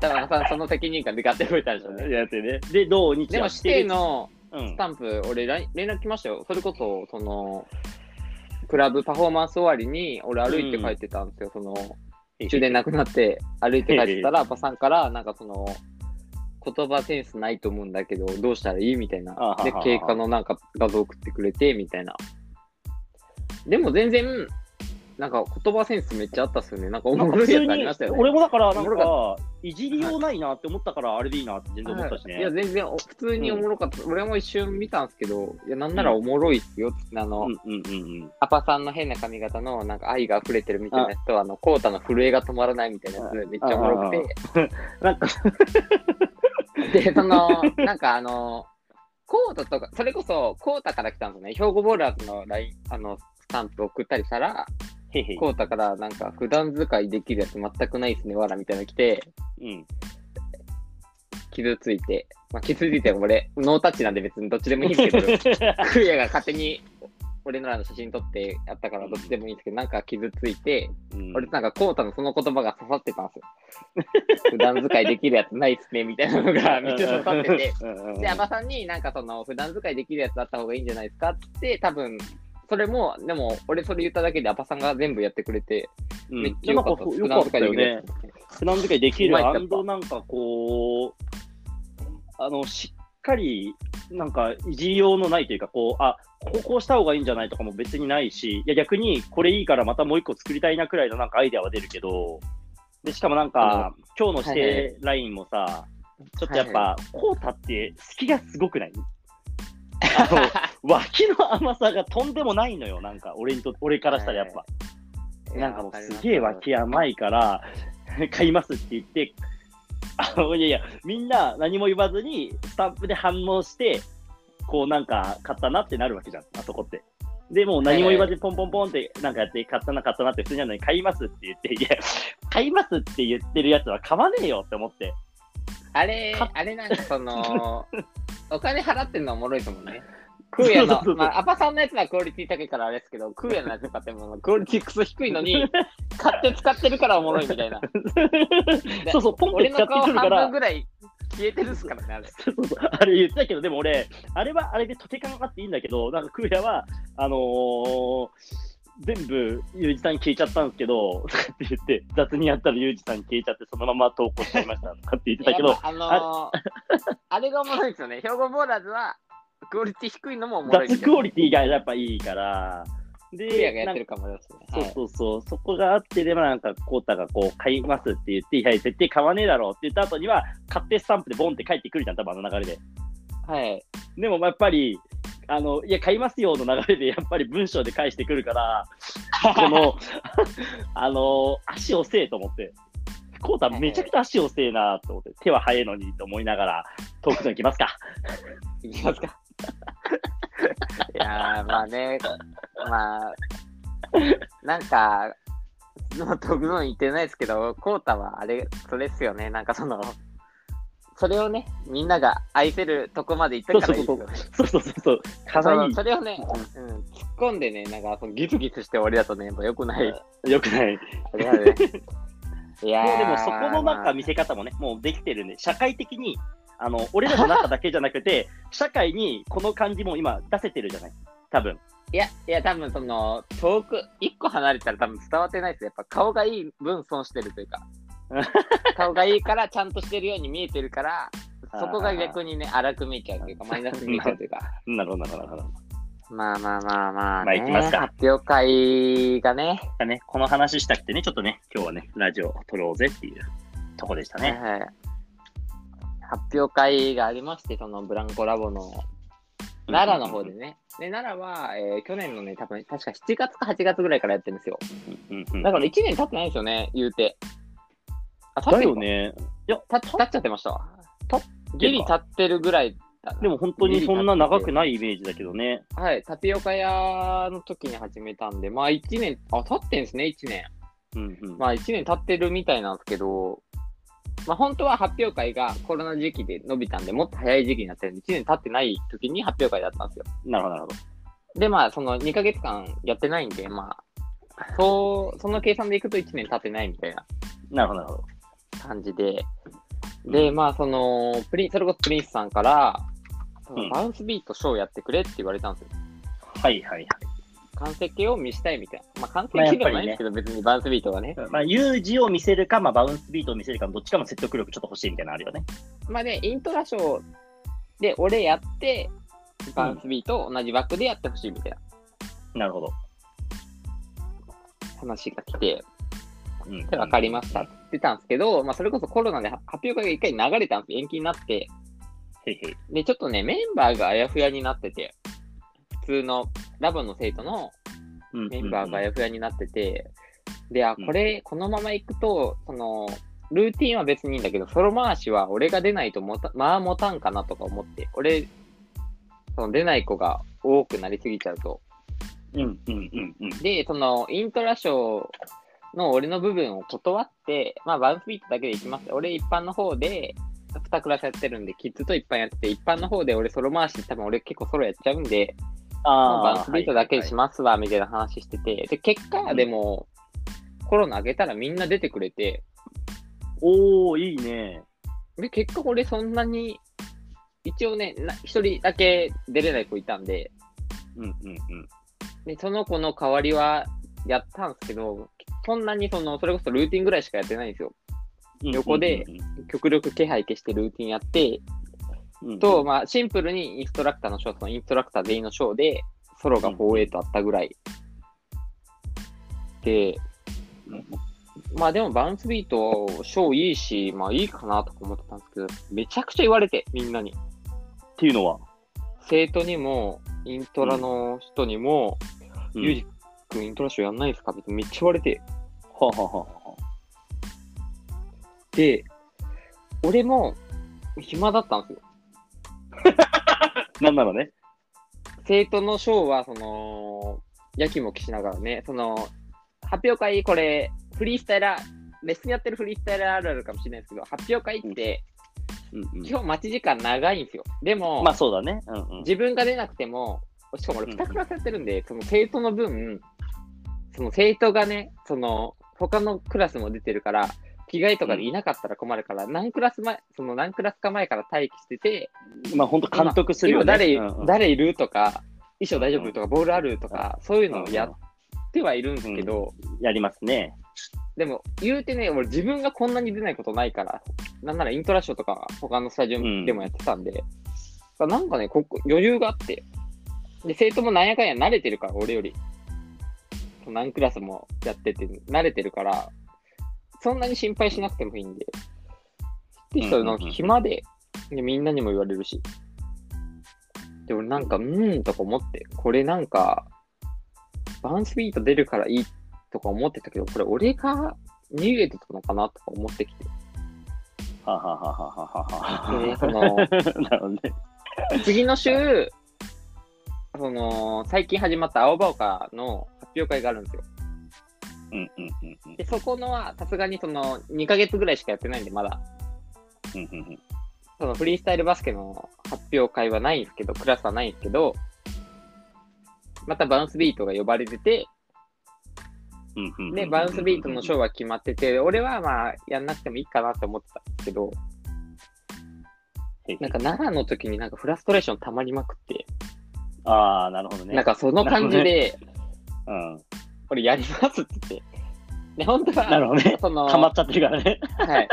[SPEAKER 2] 多分さんその責任感で買ってくれたんでしょうね。
[SPEAKER 1] やってね。で、土日
[SPEAKER 2] でも
[SPEAKER 1] や
[SPEAKER 2] 指
[SPEAKER 1] って
[SPEAKER 2] 定
[SPEAKER 1] る。
[SPEAKER 2] の
[SPEAKER 1] うん
[SPEAKER 2] ス。タンプ、俺ら連絡来ましたよ。それこそ、その、クラブパフォーマンス終わりに、俺歩いて帰ってたんですよ。その、終電なくな って歩いて帰ってたら、パさんから、なんかその、言葉センスないと思うんだけど、どうしたらいいみたいな
[SPEAKER 1] あはは。は
[SPEAKER 2] で、経過のなんか画像送ってくれて、みたいな。でも全然、なんか言葉センスめっちゃあったっすよね。なんか
[SPEAKER 1] なん
[SPEAKER 2] 面
[SPEAKER 1] か
[SPEAKER 2] 白
[SPEAKER 1] 普
[SPEAKER 2] いや
[SPEAKER 1] 通
[SPEAKER 2] つあり
[SPEAKER 1] に
[SPEAKER 2] ましたよ、ね。
[SPEAKER 1] 俺もだから、
[SPEAKER 2] お
[SPEAKER 1] な
[SPEAKER 2] も
[SPEAKER 1] ん
[SPEAKER 2] ろか
[SPEAKER 1] か、いじりようないなって思ったから、あれでいいなって全然思ったしね。
[SPEAKER 2] はいいや、全然お、普通におもろかった。俺も一瞬見たんですけど、いや、なんなら
[SPEAKER 1] うん
[SPEAKER 2] おもろいっすよ。つってあの、
[SPEAKER 1] うんうんうんうん。
[SPEAKER 2] アパさんの変な髪型の、なんか愛が溢れてるみたいなやつと、あの、コータの震えが止まらないみたいなやつ、めっちゃおもろくて。
[SPEAKER 1] なんか、
[SPEAKER 2] で、その、なんかあの、コータとか、それこそコータから来たんですね。兵庫ボーラーズのラインあのスタンプ送ったりしたら、
[SPEAKER 1] へいへい。
[SPEAKER 2] こうたからなんか普段使いできるやつ全くないですね、わらみたいなの来て、
[SPEAKER 1] うん。
[SPEAKER 2] 傷ついて、まあ、傷ついても俺、ノータッチなんで別にどっちでもいいんです けど、クーヤが勝手に俺のらの写真撮ってやったからどっちでもいいんですけど、なんか傷ついて、
[SPEAKER 1] うん
[SPEAKER 2] 俺なんかコウタのその言葉が刺さってたんですよ。 普段使いできるやつないっすね、みたいなのがめっちゃ刺さってて。
[SPEAKER 1] うんうんうん
[SPEAKER 2] で、馬場さんになんかその普段使いできるやつだった方がいいんじゃないですかって、多分、それも、でも俺それ言っただけで馬場さんが全部やってくれて、
[SPEAKER 1] うん
[SPEAKER 2] めっちゃ良かったです。普段使いできるやつ。
[SPEAKER 1] 普段使いでき
[SPEAKER 2] う
[SPEAKER 1] る、
[SPEAKER 2] まい
[SPEAKER 1] ア
[SPEAKER 2] やっ
[SPEAKER 1] ン
[SPEAKER 2] ぱ
[SPEAKER 1] ドなんかこう、あの、しっかり、なんか、いじりようのないというか、こう、あ、こうこうした方がいいんじゃないとかも別にないし、いや、逆に、これいいからまたもう一個作りたいなくらいのなんかアイデアは出るけど、で、しかもなんか、今日の指
[SPEAKER 2] はいは
[SPEAKER 1] 定ラインもさ、ちょっとやっ
[SPEAKER 2] はい
[SPEAKER 1] ぱ、こうたって隙がすごくない あの、脇の甘さがとんでもないのよ、なんか、俺にと、俺からしたらやっぱ。なんかもうすげえ脇甘いから、買いますって言って、あのいやいや、みんな何も言わずに、スタンプで反応して、こうなんか買ったなってなるわけじゃん、あそこって。で、もう何も言わずにポンポンポンってなんかやって、買ったな、買ったなって普通にやるのに、買いますって言って、いや、買いますって言ってるやつは買わねえよって思って。
[SPEAKER 2] あれ
[SPEAKER 1] か、
[SPEAKER 2] あれなんかその、お金払ってんのおもろいと思うね。クーヤ
[SPEAKER 1] そう
[SPEAKER 2] の
[SPEAKER 1] そうそ、う
[SPEAKER 2] まあ、アパさんのやつはクオリティ高いからあれですけど、クーヤのやつとかってもうクオリティクソ低いのに、買って使ってるからおもろいみたいな。
[SPEAKER 1] そうそう、ポンって
[SPEAKER 2] 俺
[SPEAKER 1] 使
[SPEAKER 2] の
[SPEAKER 1] って
[SPEAKER 2] 顔
[SPEAKER 1] くるか
[SPEAKER 2] 半
[SPEAKER 1] ら
[SPEAKER 2] 分。ぐらい消えてるっすからね、あれ。
[SPEAKER 1] そうそうそうあれ言ってたけど、でも俺、あれはあれで溶け感あっていいんだけど、なんかクーヤは、あのー全部、ユージさん消えちゃったんですけど、とかって言って、雑にやったらユージさん消えちゃって、そのまま投稿しちゃいましたとかって言ってたけ
[SPEAKER 2] い
[SPEAKER 1] ど
[SPEAKER 2] や、あのー、あれがおもろいですよね。兵庫ボーラーズは、クオリティ低いのもおもろいで
[SPEAKER 1] 雑
[SPEAKER 2] すよ
[SPEAKER 1] クオリティがやっぱいいから、で、
[SPEAKER 2] クーヤがやってるかもですね。
[SPEAKER 1] なんかそうそうそう、そこがあって、でもなんか、コータがこう、買いますって言って、いや、絶対買わねえだろうって言った後には、買ってスタンプでボンって帰ってくるじゃん、多分あの流れで。
[SPEAKER 2] はい。はい
[SPEAKER 1] でもまあやっぱり、あの、いや、買いますよの流れで、やっぱり文章で返してくる から、この、あの、足遅えと思って、コータめちゃくちゃ足遅えなと思って、手は早いのにと思いながら、トークゾーン行きます か。
[SPEAKER 2] いきますか。いやー、まあね、まあ、なんか、の特の言ってないですけど、コータはあれ、それっすよね、なんかその、それをね、みんなが愛せるとこまで行ったからいいですよね。
[SPEAKER 1] そうそうそうそう、か
[SPEAKER 2] そ
[SPEAKER 1] わい
[SPEAKER 2] のそれをね、うん、突っ込んでね、なんかそのギスギスして俺だとね、やっぱ良くない。
[SPEAKER 1] い。よくない。
[SPEAKER 2] あれあ れいや
[SPEAKER 1] もう
[SPEAKER 2] ー
[SPEAKER 1] でもそこのなん
[SPEAKER 2] ま
[SPEAKER 1] か
[SPEAKER 2] あ
[SPEAKER 1] 見せ方もね、もうできてるんで、社会的に、あの、俺らの中だけじゃなくて、社会にこの感じも今出せてるじゃない多分。。
[SPEAKER 2] いや、いや、多分その、遠く、一個離れたら多分伝わってないですよ。やっぱ顔がいい分損してるというか顔がいいからちゃんとしてるように見えてるから、そこが逆にね、荒く見えちゃうという か、マイナスに見えちゃうというか。
[SPEAKER 1] なるほど、なるほど、なるほど。
[SPEAKER 2] まあまあまあまあ、
[SPEAKER 1] まあ
[SPEAKER 2] ね、
[SPEAKER 1] 行きますか
[SPEAKER 2] 発表会がね、
[SPEAKER 1] だね、この話したくてね、ちょっとね、今日はね、ラジオ撮ろうぜっていうとこでしたね。
[SPEAKER 2] はいはい発表会がありまして、そのブランコラボの奈良の方でね。で、奈良は、えー去年のね、多分確か7月か8月ぐらいからやってるんですよ。
[SPEAKER 1] うんうん。
[SPEAKER 2] だから1年経ってないんですよね、言うて。あ、経って
[SPEAKER 1] だ
[SPEAKER 2] る
[SPEAKER 1] よ
[SPEAKER 2] か
[SPEAKER 1] ね。
[SPEAKER 2] た立っちゃってましたわ。
[SPEAKER 1] 立
[SPEAKER 2] ギリ立ってるぐらいだな
[SPEAKER 1] でも本当にそんな長くないイメージだけどね。
[SPEAKER 2] はい、タピオカ屋の時に始めたんで、まあ1年、あ、経ってんですね、1年。
[SPEAKER 1] うんうん。
[SPEAKER 2] まあ1年経ってるみたいなんですけど、まあ本当は発表会がコロナ時期で伸びたんで、もっと早い時期になってるんで、1年経ってない時に発表会だったんですよ。
[SPEAKER 1] なるほど、なるほど。
[SPEAKER 2] で、まあその2ヶ月間やってないんで、まあ、そう、その計算でいくと1年経ってないみたいな
[SPEAKER 1] なるほど、なるほど。
[SPEAKER 2] 感じで、で、まあ、その、プリン、それこそプリンスさんから、
[SPEAKER 1] うん
[SPEAKER 2] バウンスビートショーやってくれって言われたんですよ。
[SPEAKER 1] はいはい
[SPEAKER 2] 完成形を見したいみたいな。まあ、完成形ではないんですけど、別にバウンスビートはね。
[SPEAKER 1] はい。まあ、有事を見せるか、まあ、バウンスビートを見せるか、どっちかも説得力ちょっと欲しいみたいなのあるよね。
[SPEAKER 2] まあね、イントラショーで俺やって、バウンスビートを同じ枠でやってほしいみたいな
[SPEAKER 1] なるほど。
[SPEAKER 2] 話が来て、
[SPEAKER 1] うん。
[SPEAKER 2] で、わかりましたって言ってたんですけど、まあ、それこそコロナで発表会が一回流れたんですよ。延期になって。
[SPEAKER 1] へいへい。
[SPEAKER 2] で、ちょっとね、メンバーがあやふやになってて、普通のラボの生徒の
[SPEAKER 1] うん
[SPEAKER 2] メンバーがあ
[SPEAKER 1] や
[SPEAKER 2] やふやになってて、で、あ、
[SPEAKER 1] うん
[SPEAKER 2] これ、このまま行くと、その、ルーティンは別にいいんだけど、ソロ回しは俺が出ないともた、まあ持たんかなとか思って、俺、その出ない子が多くなりすぎちゃうと、
[SPEAKER 1] うんうんうんうん。
[SPEAKER 2] で、その、イントラショーの俺の部分を断って、まあ、ワンフィットだけで行きます。俺、一般の方で、二クラスやってるんで、キッズと一般やってて、一般の方で俺ソロ回し、多分俺結構ソロやっちゃうんで、まあ
[SPEAKER 1] あ
[SPEAKER 2] バンスビートだけにしますわ、みたいな話してて、で、結果、でも、コロナ上げたらみんな出てくれて、
[SPEAKER 1] おおいいね。
[SPEAKER 2] で、結果俺そんなに、一応ね、な一人だけ出れない子いたんで、
[SPEAKER 1] うんうんうん。
[SPEAKER 2] で、その子の代わりはやったんですけど、そんなにその、それこそルーティンぐらいしかやってないんですよ。横で極力気配消してルーティンやって、
[SPEAKER 1] うんうんうん、
[SPEAKER 2] と、まあ、シンプルにインストラクターのショー、そのインストラクター全員のショーで、ソロが4-8あったぐらい。で、
[SPEAKER 1] うん
[SPEAKER 2] まあでもバウンスビート、ショーいいし、まあいいかなとか思ってたんですけど、めちゃくちゃ言われて、みんなに。
[SPEAKER 1] っていうのは、
[SPEAKER 2] 生徒にも、イントラの人にも、
[SPEAKER 1] うん
[SPEAKER 2] ユージ君イントラショーやんないですかってめっちゃ言われて。
[SPEAKER 1] はははは
[SPEAKER 2] で、俺も暇だったんですよ。
[SPEAKER 1] なんならね。
[SPEAKER 2] 生徒のショーは、その、やきもきしながらね、その、発表会、これ、フリースタイラー、レッスンやってるフリースタイラーあるあるかもしれないですけど、発表会って、
[SPEAKER 1] うん
[SPEAKER 2] 基本待ち時間長いんですよ。で
[SPEAKER 1] う
[SPEAKER 2] も、
[SPEAKER 1] ん、まあそうだね。うんうん、
[SPEAKER 2] 自分が出なくても、しかも俺、
[SPEAKER 1] うん
[SPEAKER 2] 2クラスやってるんで、その生徒の分、その生徒がね、その、他のクラスも出てるから、着替えとかでいなかったら困るから、何クラス前、その何クラスか前から待機してて、
[SPEAKER 1] まあ本当監督するよ
[SPEAKER 2] 今
[SPEAKER 1] ね。
[SPEAKER 2] 誰、
[SPEAKER 1] うんうん
[SPEAKER 2] 誰いるとか、衣装大丈夫とか、ボールあるとか、そういうのをや
[SPEAKER 1] うん
[SPEAKER 2] ってはいるんですけど、
[SPEAKER 1] やりますね。
[SPEAKER 2] でも、言うてね、俺自分がこんなに出ないことないから、なんならイントラショーとか、他のスタジオでもやってたんで、だからなんかね、ここ余裕があって、で、生徒もなんやかんや慣れてるから、俺より。何クラスもやってて、慣れてるから、そんなに心配しなくてもいいんで。って人の暇で、でみんなにも言われるし。で、俺なんか、うーんとか思って、これなんか、バウンスビート出るからいいとか思ってたけど、これ俺が逃げてたのかなとか思ってきて。
[SPEAKER 1] はははははは
[SPEAKER 2] で
[SPEAKER 1] は。
[SPEAKER 2] その、
[SPEAKER 1] なるほどね。
[SPEAKER 2] 次の週、その、最近始まった青葉岡の発表会があるんですよ。
[SPEAKER 1] うんうんうんうん
[SPEAKER 2] で、そこのは、さすがにその、2ヶ月ぐらいしかやってないんで、まだ、
[SPEAKER 1] うんうんうん。
[SPEAKER 2] そのフリースタイルバスケの発表会はないんですけど、クラスはないんですけど、またバウンスビートが呼ばれてて、
[SPEAKER 1] うんうんうんうん
[SPEAKER 2] で、バウンスビートのショーは決まってて、俺はまあ、やんなくてもいいかなと思ってたんですけど、なんか奈良の時になんかフラストレーション溜まりまくって、
[SPEAKER 1] ああ、なるほどね。
[SPEAKER 2] なんかその感じ
[SPEAKER 1] なる
[SPEAKER 2] で、
[SPEAKER 1] うん。
[SPEAKER 2] これやりますって言って、で、本当
[SPEAKER 1] なる
[SPEAKER 2] は、
[SPEAKER 1] ほどね。
[SPEAKER 2] その、
[SPEAKER 1] ハマっちゃってるからね。
[SPEAKER 2] はい。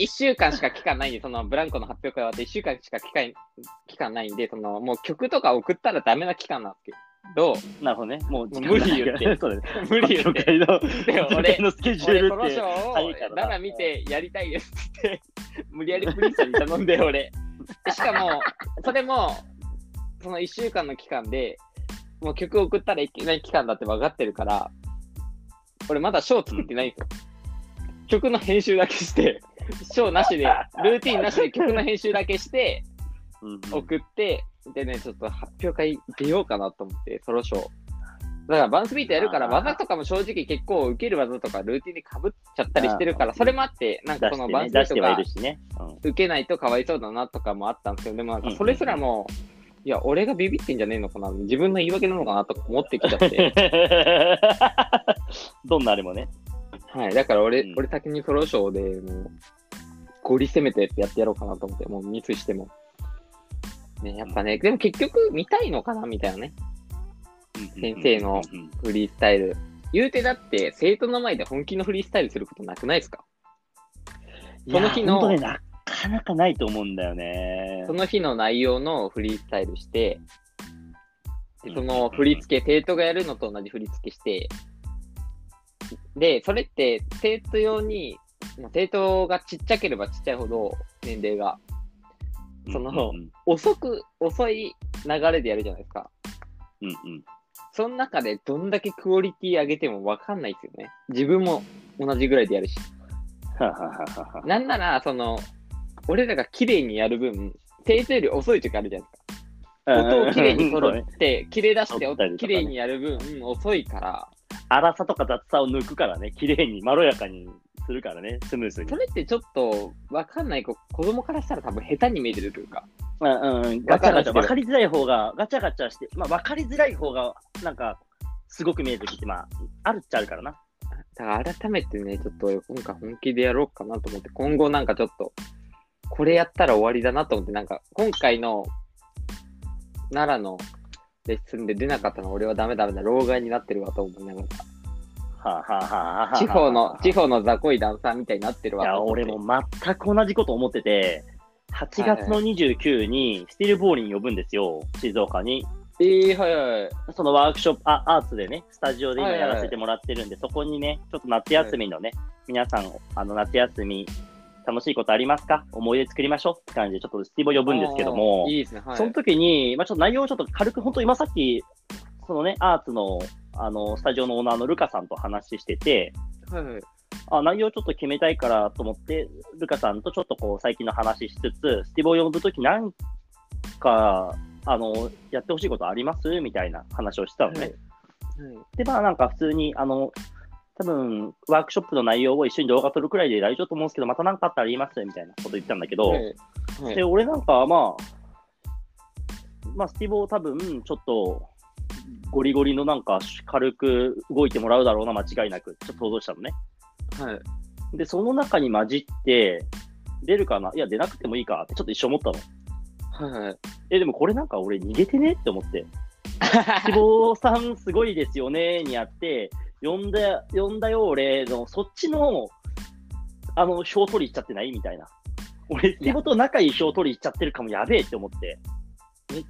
[SPEAKER 2] 1週間しか期間ないんで、そのブランコの発表会終わって1週間しか期間期間ないんで、そのもう曲とか送ったらダメな期間なんですけ ど、
[SPEAKER 1] なるほどね。もう時間
[SPEAKER 2] 無理言って
[SPEAKER 1] ないからそう だね。
[SPEAKER 2] 無理言
[SPEAKER 1] 了
[SPEAKER 2] って。
[SPEAKER 1] 解の、
[SPEAKER 2] でも 俺
[SPEAKER 1] 了解のスケジュー
[SPEAKER 2] 俺
[SPEAKER 1] ル
[SPEAKER 2] この
[SPEAKER 1] って
[SPEAKER 2] ショ。ーを
[SPEAKER 1] はいからな
[SPEAKER 2] 7見てやりたいですって言って、無理やりプリンスに頼んで、俺。しかも、それも、その1週間の期間で、もう曲送ったらいけない期間だって分かってるから、俺まだショー作ってないんですよ。曲の編集だけして、ショーなしで、ルーティンなしで曲の編集だけして、
[SPEAKER 1] うんうん
[SPEAKER 2] 送って、でね、ちょっと発表会出ようかなと思って、ソロショー。だからバンスビートやるから、
[SPEAKER 1] あー
[SPEAKER 2] 技とかも正直結構受ける技とかルーティンで被っちゃったりしてるから、
[SPEAKER 1] あー
[SPEAKER 2] それもあって、なんか
[SPEAKER 1] 出
[SPEAKER 2] こ
[SPEAKER 1] し
[SPEAKER 2] の
[SPEAKER 1] て
[SPEAKER 2] バ
[SPEAKER 1] ね
[SPEAKER 2] ンスビ
[SPEAKER 1] 出
[SPEAKER 2] ー
[SPEAKER 1] し
[SPEAKER 2] ト
[SPEAKER 1] てはい
[SPEAKER 2] が
[SPEAKER 1] るしね。 うん
[SPEAKER 2] 受けないとかわいそうだなとかもあったんですけど、でもなん
[SPEAKER 1] うん
[SPEAKER 2] か
[SPEAKER 1] うん
[SPEAKER 2] それすらも、いや、俺がビビってんじゃねえのかな、自分の言い訳なのかなとか思ってきちゃって、
[SPEAKER 1] どんなあれもね。
[SPEAKER 2] はい、だから俺、
[SPEAKER 1] うん
[SPEAKER 2] 俺先にソロショーでもう、ゴリ攻めてやってやろうかなと思って、もうミスしても。ね、やっぱね、でも結局見たいのかなみたいなね。先生の
[SPEAKER 1] うんうんうん
[SPEAKER 2] フリースタイル。言うてだって、生徒の前で本気のフリースタイルすることなくないですか
[SPEAKER 1] い
[SPEAKER 2] そ
[SPEAKER 1] や
[SPEAKER 2] の日
[SPEAKER 1] 本
[SPEAKER 2] の
[SPEAKER 1] 当ね、なかなかないと思うんだよね
[SPEAKER 2] そ。の日の内容のフリースタイルして、でそ
[SPEAKER 1] うんうん
[SPEAKER 2] の
[SPEAKER 1] うん
[SPEAKER 2] 振り付け、生徒がやるのと同じ振り付けして、で、それって生徒用に、もう生徒がちっちゃければちっちゃいほど年齢がその
[SPEAKER 1] うん
[SPEAKER 2] 遅く、遅い流れでやるじゃないですか。
[SPEAKER 1] うんうん
[SPEAKER 2] その中でどんだけクオリティ上げてもわかんないですよね。自分も同じぐらいでやるし。
[SPEAKER 1] ははははは
[SPEAKER 2] なんなら、その、俺らが綺麗にやる分、生徒より遅い時あるじゃないですか。音をきれいに
[SPEAKER 1] 取
[SPEAKER 2] 取るって、切れ出して
[SPEAKER 1] 取ったりとかね
[SPEAKER 2] きれいにやる分、うん遅いから、
[SPEAKER 1] 粗さとか雑さを抜くからね、綺麗に、まろやかにするからね、スムースに
[SPEAKER 2] そ。れってちょっとわかんない子、子供からしたら多分下手に見えてるというか、
[SPEAKER 1] うんうん、ガチャガチャ、分かりづらい方が、ガチャガチャして、まあ、分かりづらい方が、なんか、すごく見えてきて、まあ、あるっちゃあるからな。
[SPEAKER 2] だから改めてね、ちょっと今回本気でやろうかなと思って、今後なんかちょっと、これやったら終わりだなと思って、なんか今回の奈良のレッスンで出なかったの俺はダメダメだ、老害になってるわと思いながら、
[SPEAKER 1] はあ、はあはあはあはあ、
[SPEAKER 2] 地方の、地方の雑魚いダンサーみたいになってるわ
[SPEAKER 1] いや、
[SPEAKER 2] と思って
[SPEAKER 1] 俺も全く同じこと思ってて、8月の29にスティルボーリン呼ぶんですよ、静岡に。
[SPEAKER 2] ええはいはいはい。
[SPEAKER 1] そのワークショップ、あアーツでね、スタジオで今やらせてもらってるんで、そこにね、ちょっと夏休みのね、皆さん、あの夏休み、楽しいことありますか思い出作りましょうって感じで、ちょっとスティーブを呼ぶんですけども
[SPEAKER 2] あー、いいですね、はい。
[SPEAKER 1] その時に、まあ、ちょっと内容をちょっと軽く、本当今さっき、そのね、アーツの、あの、スタジオのオーナーのルカさんと話してて、
[SPEAKER 2] はいはい
[SPEAKER 1] あ内容ちょっと決めたいからと思って、ルカさんとちょっとこう最近の話しつつ、スティーブを呼ぶときなんか、あの、やってほしいことありますみたいな話をしてたのね。
[SPEAKER 2] はい
[SPEAKER 1] で、まあなんか普通に、あの、多分ワークショップの内容を一緒に動画撮るくらいで大丈夫と思うんですけど、また何かあったら言いますみたいなこと言ってたんだけど、
[SPEAKER 2] はいはい
[SPEAKER 1] で、俺なんかはまあ、まあ、スティボー多分、ちょっと、ゴリゴリのなんか、軽く動いてもらうだろうな、間違いなく、ちょっと想像したのね。
[SPEAKER 2] はい
[SPEAKER 1] で、その中に混じって、出るかないや、出なくてもいいかって、ちょっと一瞬思ったの。
[SPEAKER 2] はいはい。
[SPEAKER 1] え、でもこれなんか俺逃げてねって思って。希望さんすごいですよねにあって、呼んだ、呼んだよ俺の、そっちの、あの、票取り行っちゃってないみたいな。俺、希望と仲いい票取り行っちゃってるかもやべえって思って。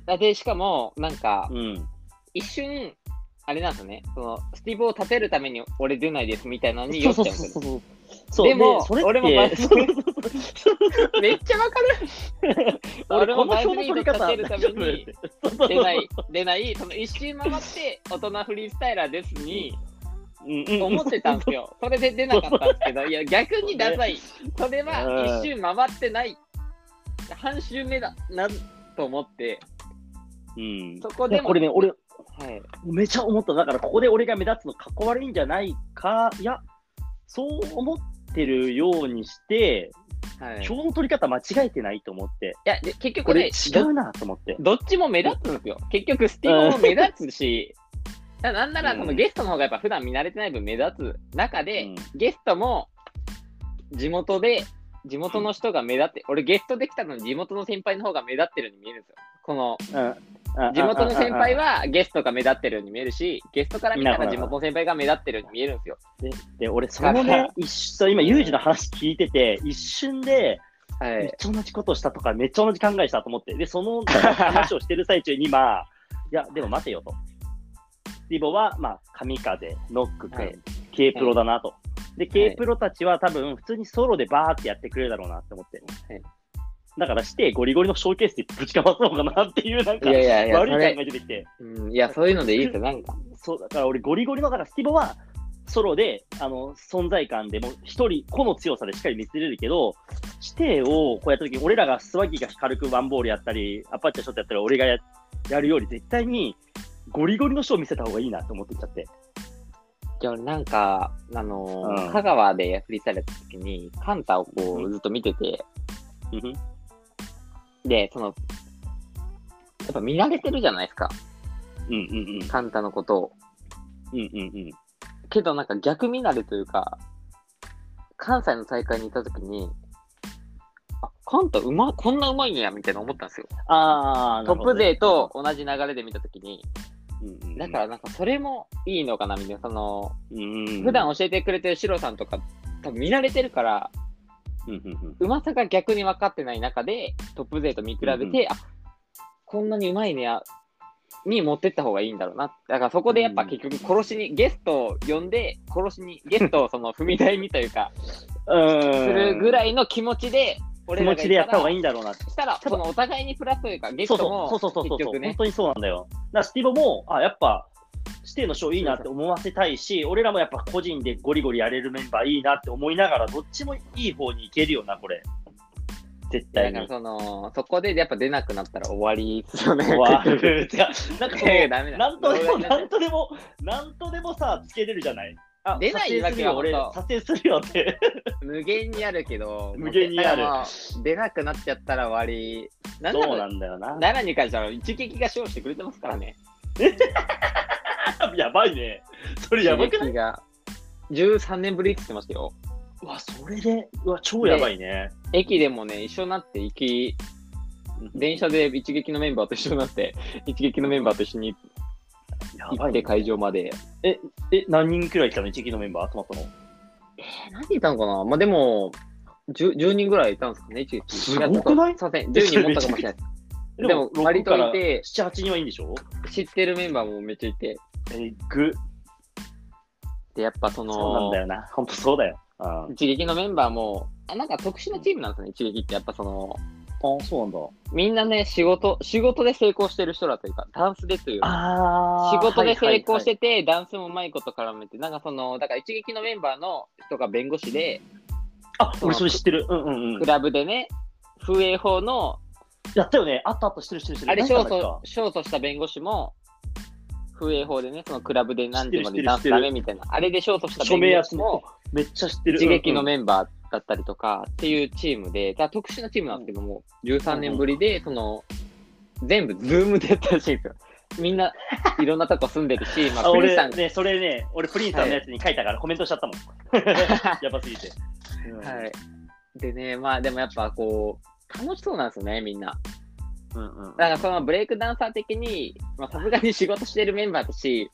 [SPEAKER 2] めで、しかも、なんか、
[SPEAKER 1] うん。
[SPEAKER 2] 一瞬、あれなんですよね、そのスティーブを立てるために俺出ないですみたいなのに
[SPEAKER 1] そ
[SPEAKER 2] 酔
[SPEAKER 1] う
[SPEAKER 2] っち
[SPEAKER 1] そ
[SPEAKER 2] ゃ
[SPEAKER 1] う
[SPEAKER 2] うん
[SPEAKER 1] そ
[SPEAKER 2] で
[SPEAKER 1] うそ
[SPEAKER 2] すよ
[SPEAKER 1] う
[SPEAKER 2] ね。
[SPEAKER 1] そう。そう
[SPEAKER 2] でも
[SPEAKER 1] それって
[SPEAKER 2] 俺もバイ
[SPEAKER 1] そうそうそう
[SPEAKER 2] めっちゃわかる俺
[SPEAKER 1] 俺、
[SPEAKER 2] も
[SPEAKER 1] この
[SPEAKER 2] バイ
[SPEAKER 1] 票
[SPEAKER 2] ブ
[SPEAKER 1] の
[SPEAKER 2] リ
[SPEAKER 1] 取り
[SPEAKER 2] ード立
[SPEAKER 1] 方、
[SPEAKER 2] てるために出
[SPEAKER 1] 出
[SPEAKER 2] ない、出ない、その一周回って大人フリースタイラーですに思ってたんで すよ。それで出なかったんですけど、いや、逆にダサい。それは一周回ってない。半周目だなと思って、
[SPEAKER 1] うん
[SPEAKER 2] そこ
[SPEAKER 1] い
[SPEAKER 2] で
[SPEAKER 1] や
[SPEAKER 2] も。
[SPEAKER 1] これね、俺、
[SPEAKER 2] はい、
[SPEAKER 1] めちゃ思った。だから、ここで俺が目立つのかっこ悪いんじゃないか、いや、そう思ってるようにして、
[SPEAKER 2] はい、い
[SPEAKER 1] 票の取り方間違えてないと思って、
[SPEAKER 2] や、で結
[SPEAKER 1] こ
[SPEAKER 2] 局
[SPEAKER 1] れ
[SPEAKER 2] ね、
[SPEAKER 1] 違うなと思って。
[SPEAKER 2] どっちも目立つんですよ。結局、スティーブも目立つし、ななんならその
[SPEAKER 1] うん
[SPEAKER 2] ゲストの方がやっぱ普段見慣れてない分目立つ中で、
[SPEAKER 1] うん
[SPEAKER 2] ゲストも地元で、地元の人が目立って、俺ゲストできたのに地元の先輩の方が目立ってるように見えるんですよ。この
[SPEAKER 1] うん
[SPEAKER 2] 地元の先輩、はゲストが目立ってるように見えるし、ゲストから見たら地元の先輩が目立ってるように見えるんですよ。
[SPEAKER 1] うんうんうんで、俺、そのね、一瞬、今、ユージの話聞いてて、一瞬で、
[SPEAKER 2] は
[SPEAKER 1] めっ
[SPEAKER 2] い。
[SPEAKER 1] ちゃ同じことしたとか、めっちゃ同じ考えしたと思って、で、そ の話をしてる最中に、まあ、いや、でも待てよと。リボは、まあ、神風、ノック君、
[SPEAKER 2] はい
[SPEAKER 1] ケープロだなと。で、ケープロたちは多分、普通にソロでバーってやってくれるだろうなって思って。
[SPEAKER 2] はい
[SPEAKER 1] だからして、ゴリゴリのショーケースでぶちかまそうかなっていう、なんか、
[SPEAKER 2] いやい
[SPEAKER 1] 悪い考え出てきて。
[SPEAKER 2] うんいや、そういうのでいいですよ。なんか、
[SPEAKER 1] そう、だから俺、ゴリゴリの、だからスティボは、ソロで、あの、存在感でもう、一人、個の強さでしっかり見せれるけど、指定をこうやった時に、俺らがスワギが軽くワンボールやったり、アパッチャショットやったり、俺がややるより、絶対に、ゴリゴリのショーを見せた方がいいなと思ってきちゃって。
[SPEAKER 2] いや、俺なんか、あのー
[SPEAKER 1] うん
[SPEAKER 2] 香川で振りされた時に、カンタをこ
[SPEAKER 1] う
[SPEAKER 2] う、
[SPEAKER 1] ん
[SPEAKER 2] ずっと見てて、
[SPEAKER 1] うんふん
[SPEAKER 2] で、その、やっぱ見慣れてるじゃないですか、
[SPEAKER 1] うんうん
[SPEAKER 2] カンタのことを。
[SPEAKER 1] うん。うんうんうん。
[SPEAKER 2] けどなんか逆見慣れというか、関西の大会にいた時に、あ、カンタうま、こんなうまいんや、みたいな思ったんですよ。
[SPEAKER 1] あー、な
[SPEAKER 2] ト
[SPEAKER 1] る
[SPEAKER 2] ッ
[SPEAKER 1] ほど
[SPEAKER 2] プ
[SPEAKER 1] ね
[SPEAKER 2] 勢と、同じ流れで見た時に、
[SPEAKER 1] うんうんうん
[SPEAKER 2] だからなんかそれもいいのかな、みたいな、その、
[SPEAKER 1] うんうん、
[SPEAKER 2] 普段教えてくれてるシロさんとか、多分見慣れてるから、
[SPEAKER 1] うんうんうん、
[SPEAKER 2] うまさが逆に分かってない中で、トップ勢と見比べて、
[SPEAKER 1] うんう
[SPEAKER 2] あこんなにうまいねや、に持ってった方がいいんだろうな。だからそこでやっぱ
[SPEAKER 1] うん
[SPEAKER 2] 結局殺しに、ゲストを呼んで、殺しに、ゲストをその踏み台にとい うか、
[SPEAKER 1] す
[SPEAKER 2] するぐら
[SPEAKER 1] い
[SPEAKER 2] いの気持ちで、
[SPEAKER 1] 気
[SPEAKER 2] 俺ら
[SPEAKER 1] 持
[SPEAKER 2] が
[SPEAKER 1] ちでやった方がい
[SPEAKER 2] い
[SPEAKER 1] いんだろうなって
[SPEAKER 2] たら。したら、そのお互いにプラスというか、ゲ
[SPEAKER 1] そう
[SPEAKER 2] スト
[SPEAKER 1] そう
[SPEAKER 2] も
[SPEAKER 1] そうそうそう
[SPEAKER 2] 結
[SPEAKER 1] そう、
[SPEAKER 2] 局
[SPEAKER 1] 本
[SPEAKER 2] ね、
[SPEAKER 1] 当にそうなんだよ。だからスティーボも、あ、やっぱ、指定のショーいいなって思わせたいし、俺らもやっぱ個人でゴリゴリやれるメンバーいいなって思いながら、どっちもいい方に行けるよな、これ。絶
[SPEAKER 2] だ
[SPEAKER 1] 対
[SPEAKER 2] から
[SPEAKER 1] に。
[SPEAKER 2] その、そこでやっぱ出なくなったら終わりですよね。
[SPEAKER 1] わる。違うなんかその
[SPEAKER 2] ええダメだ
[SPEAKER 1] なんとでも、
[SPEAKER 2] 動画にな
[SPEAKER 1] な
[SPEAKER 2] っ
[SPEAKER 1] んとでも、なんとでもさ、つけれるじゃない。あ
[SPEAKER 2] 出ないわけは
[SPEAKER 1] 左
[SPEAKER 2] 本当
[SPEAKER 1] 折するよ俺、左折するよって。
[SPEAKER 2] 無限にあるけど、
[SPEAKER 1] 無限にある
[SPEAKER 2] もうだからまあ出なくなっちゃったら終わり。なん
[SPEAKER 1] そうな
[SPEAKER 2] だ
[SPEAKER 1] んだよな。
[SPEAKER 2] 奈良に関しては一撃が勝負してくれてますからね。
[SPEAKER 1] やばいね。それやばく
[SPEAKER 2] 一
[SPEAKER 1] ない
[SPEAKER 2] 撃が13年ぶりって言ってましたよ。
[SPEAKER 1] うわ、それで、うわ、超やばいね。
[SPEAKER 2] 駅でもね、一緒になって行き、電車で一撃のメンバーと一緒になって、 一撃のメンバーと一緒に
[SPEAKER 1] や
[SPEAKER 2] 行
[SPEAKER 1] ば
[SPEAKER 2] っ
[SPEAKER 1] い
[SPEAKER 2] て
[SPEAKER 1] ね。
[SPEAKER 2] 会場まで。
[SPEAKER 1] え、何人くらい来たの一撃のメンバー集まったの
[SPEAKER 2] え何人いたのかなまあでも、10, 10人ぐらいいたんですかね、一撃。
[SPEAKER 1] すごくない
[SPEAKER 2] やちょっとすいません、10人持ったかもしれない。でも、割といて、
[SPEAKER 1] 7、8人はいいんでしょ
[SPEAKER 2] 知ってるメンバーもめっちゃいて。
[SPEAKER 1] えぐ。
[SPEAKER 2] で、やっぱその、
[SPEAKER 1] そうなんだよな。ほんとそうだよ。あ
[SPEAKER 2] 一撃のメンバーも、あなんか特殊なチームなんですよね、一撃って。やっぱその、
[SPEAKER 1] あ、そうなんだ。
[SPEAKER 2] みんなね、仕事、仕事で成功してる人だというか、ダンスでというか、
[SPEAKER 1] あ
[SPEAKER 2] 仕事で成功してて、ダンスもうまいこと絡めて、なんかその、だから一撃のメンバーの人が弁護士で、
[SPEAKER 1] あ、俺それ知ってる。うんうんうん
[SPEAKER 2] ク。ラブでね、風営法の、
[SPEAKER 1] やったよね。あったあった、知ってる知ってる知ってる。
[SPEAKER 2] あれ、勝
[SPEAKER 1] 何
[SPEAKER 2] 訴
[SPEAKER 1] だっ、
[SPEAKER 2] 勝訴した弁護士も、風営法でね、そのクラブで何時ま
[SPEAKER 1] 知って
[SPEAKER 2] で
[SPEAKER 1] る
[SPEAKER 2] ダン
[SPEAKER 1] 知っ
[SPEAKER 2] ス
[SPEAKER 1] てる
[SPEAKER 2] ダメみたいな、あれで勝訴した
[SPEAKER 1] 署名
[SPEAKER 2] 弁護
[SPEAKER 1] や
[SPEAKER 2] 士
[SPEAKER 1] つ
[SPEAKER 2] も
[SPEAKER 1] も、めっちゃ知ってる。
[SPEAKER 2] 一撃の
[SPEAKER 1] うんうん
[SPEAKER 2] メンバーだったりとかっていうチームで、だから特殊なチームなんですけども、13年ぶりで、その、全部、ズームでやったらしいんですよ。みんな、いろんなとこ住んでるし、ま
[SPEAKER 1] あ、
[SPEAKER 2] あ、プリンさ
[SPEAKER 1] 俺
[SPEAKER 2] んが、
[SPEAKER 1] ね、それね、俺プリンさんのやつに書いたからコメントしちゃったもん。やばすぎて。うん
[SPEAKER 2] はい。でね、まあ、でもやっぱこう、楽しそうなんですよね、みんな。
[SPEAKER 1] うんうん
[SPEAKER 2] だからそのブレイクダンサー的に、まあ、さすがに仕事してるメンバーだし、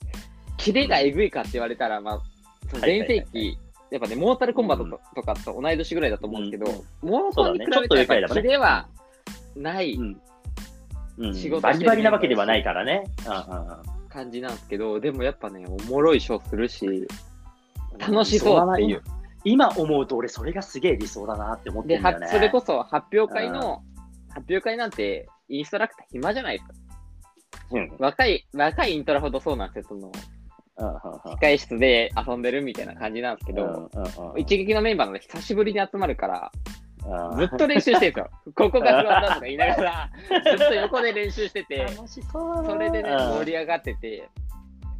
[SPEAKER 2] キレがえぐいかって言われたら、まあ、その前世紀、やっぱね、モータルコンバットととかと同い年ぐらいだと思うんですけど、モータルに比べてやっぱキレはない
[SPEAKER 1] うんうん
[SPEAKER 2] 仕事
[SPEAKER 1] バ
[SPEAKER 2] してる
[SPEAKER 1] リバリなわけではないからね。
[SPEAKER 2] 感じなんですけど、でもやっぱね、おもろいショーするし、楽しそうっていう。。
[SPEAKER 1] 今思うと俺それがすげえ理想だなって思って
[SPEAKER 2] で、
[SPEAKER 1] るんだよ
[SPEAKER 2] は
[SPEAKER 1] ね。
[SPEAKER 2] それこそ発表会の、発表会なんて、インストラクター暇じゃないですか。
[SPEAKER 1] うんうん
[SPEAKER 2] 若い、若いイントラほどそうなんですよ、その、
[SPEAKER 1] うん
[SPEAKER 2] 控室で遊んでるみたいな感じなんですけど、
[SPEAKER 1] うんうん
[SPEAKER 2] 一撃のメンバーのね久しぶりに集まるから、ず
[SPEAKER 1] う
[SPEAKER 2] っと練習してるんですよ。 ここが不安だとか言いながら、ずっと横で練習してて、
[SPEAKER 1] ん楽しそうだな
[SPEAKER 2] それでね、
[SPEAKER 1] うん
[SPEAKER 2] 盛り上がってて、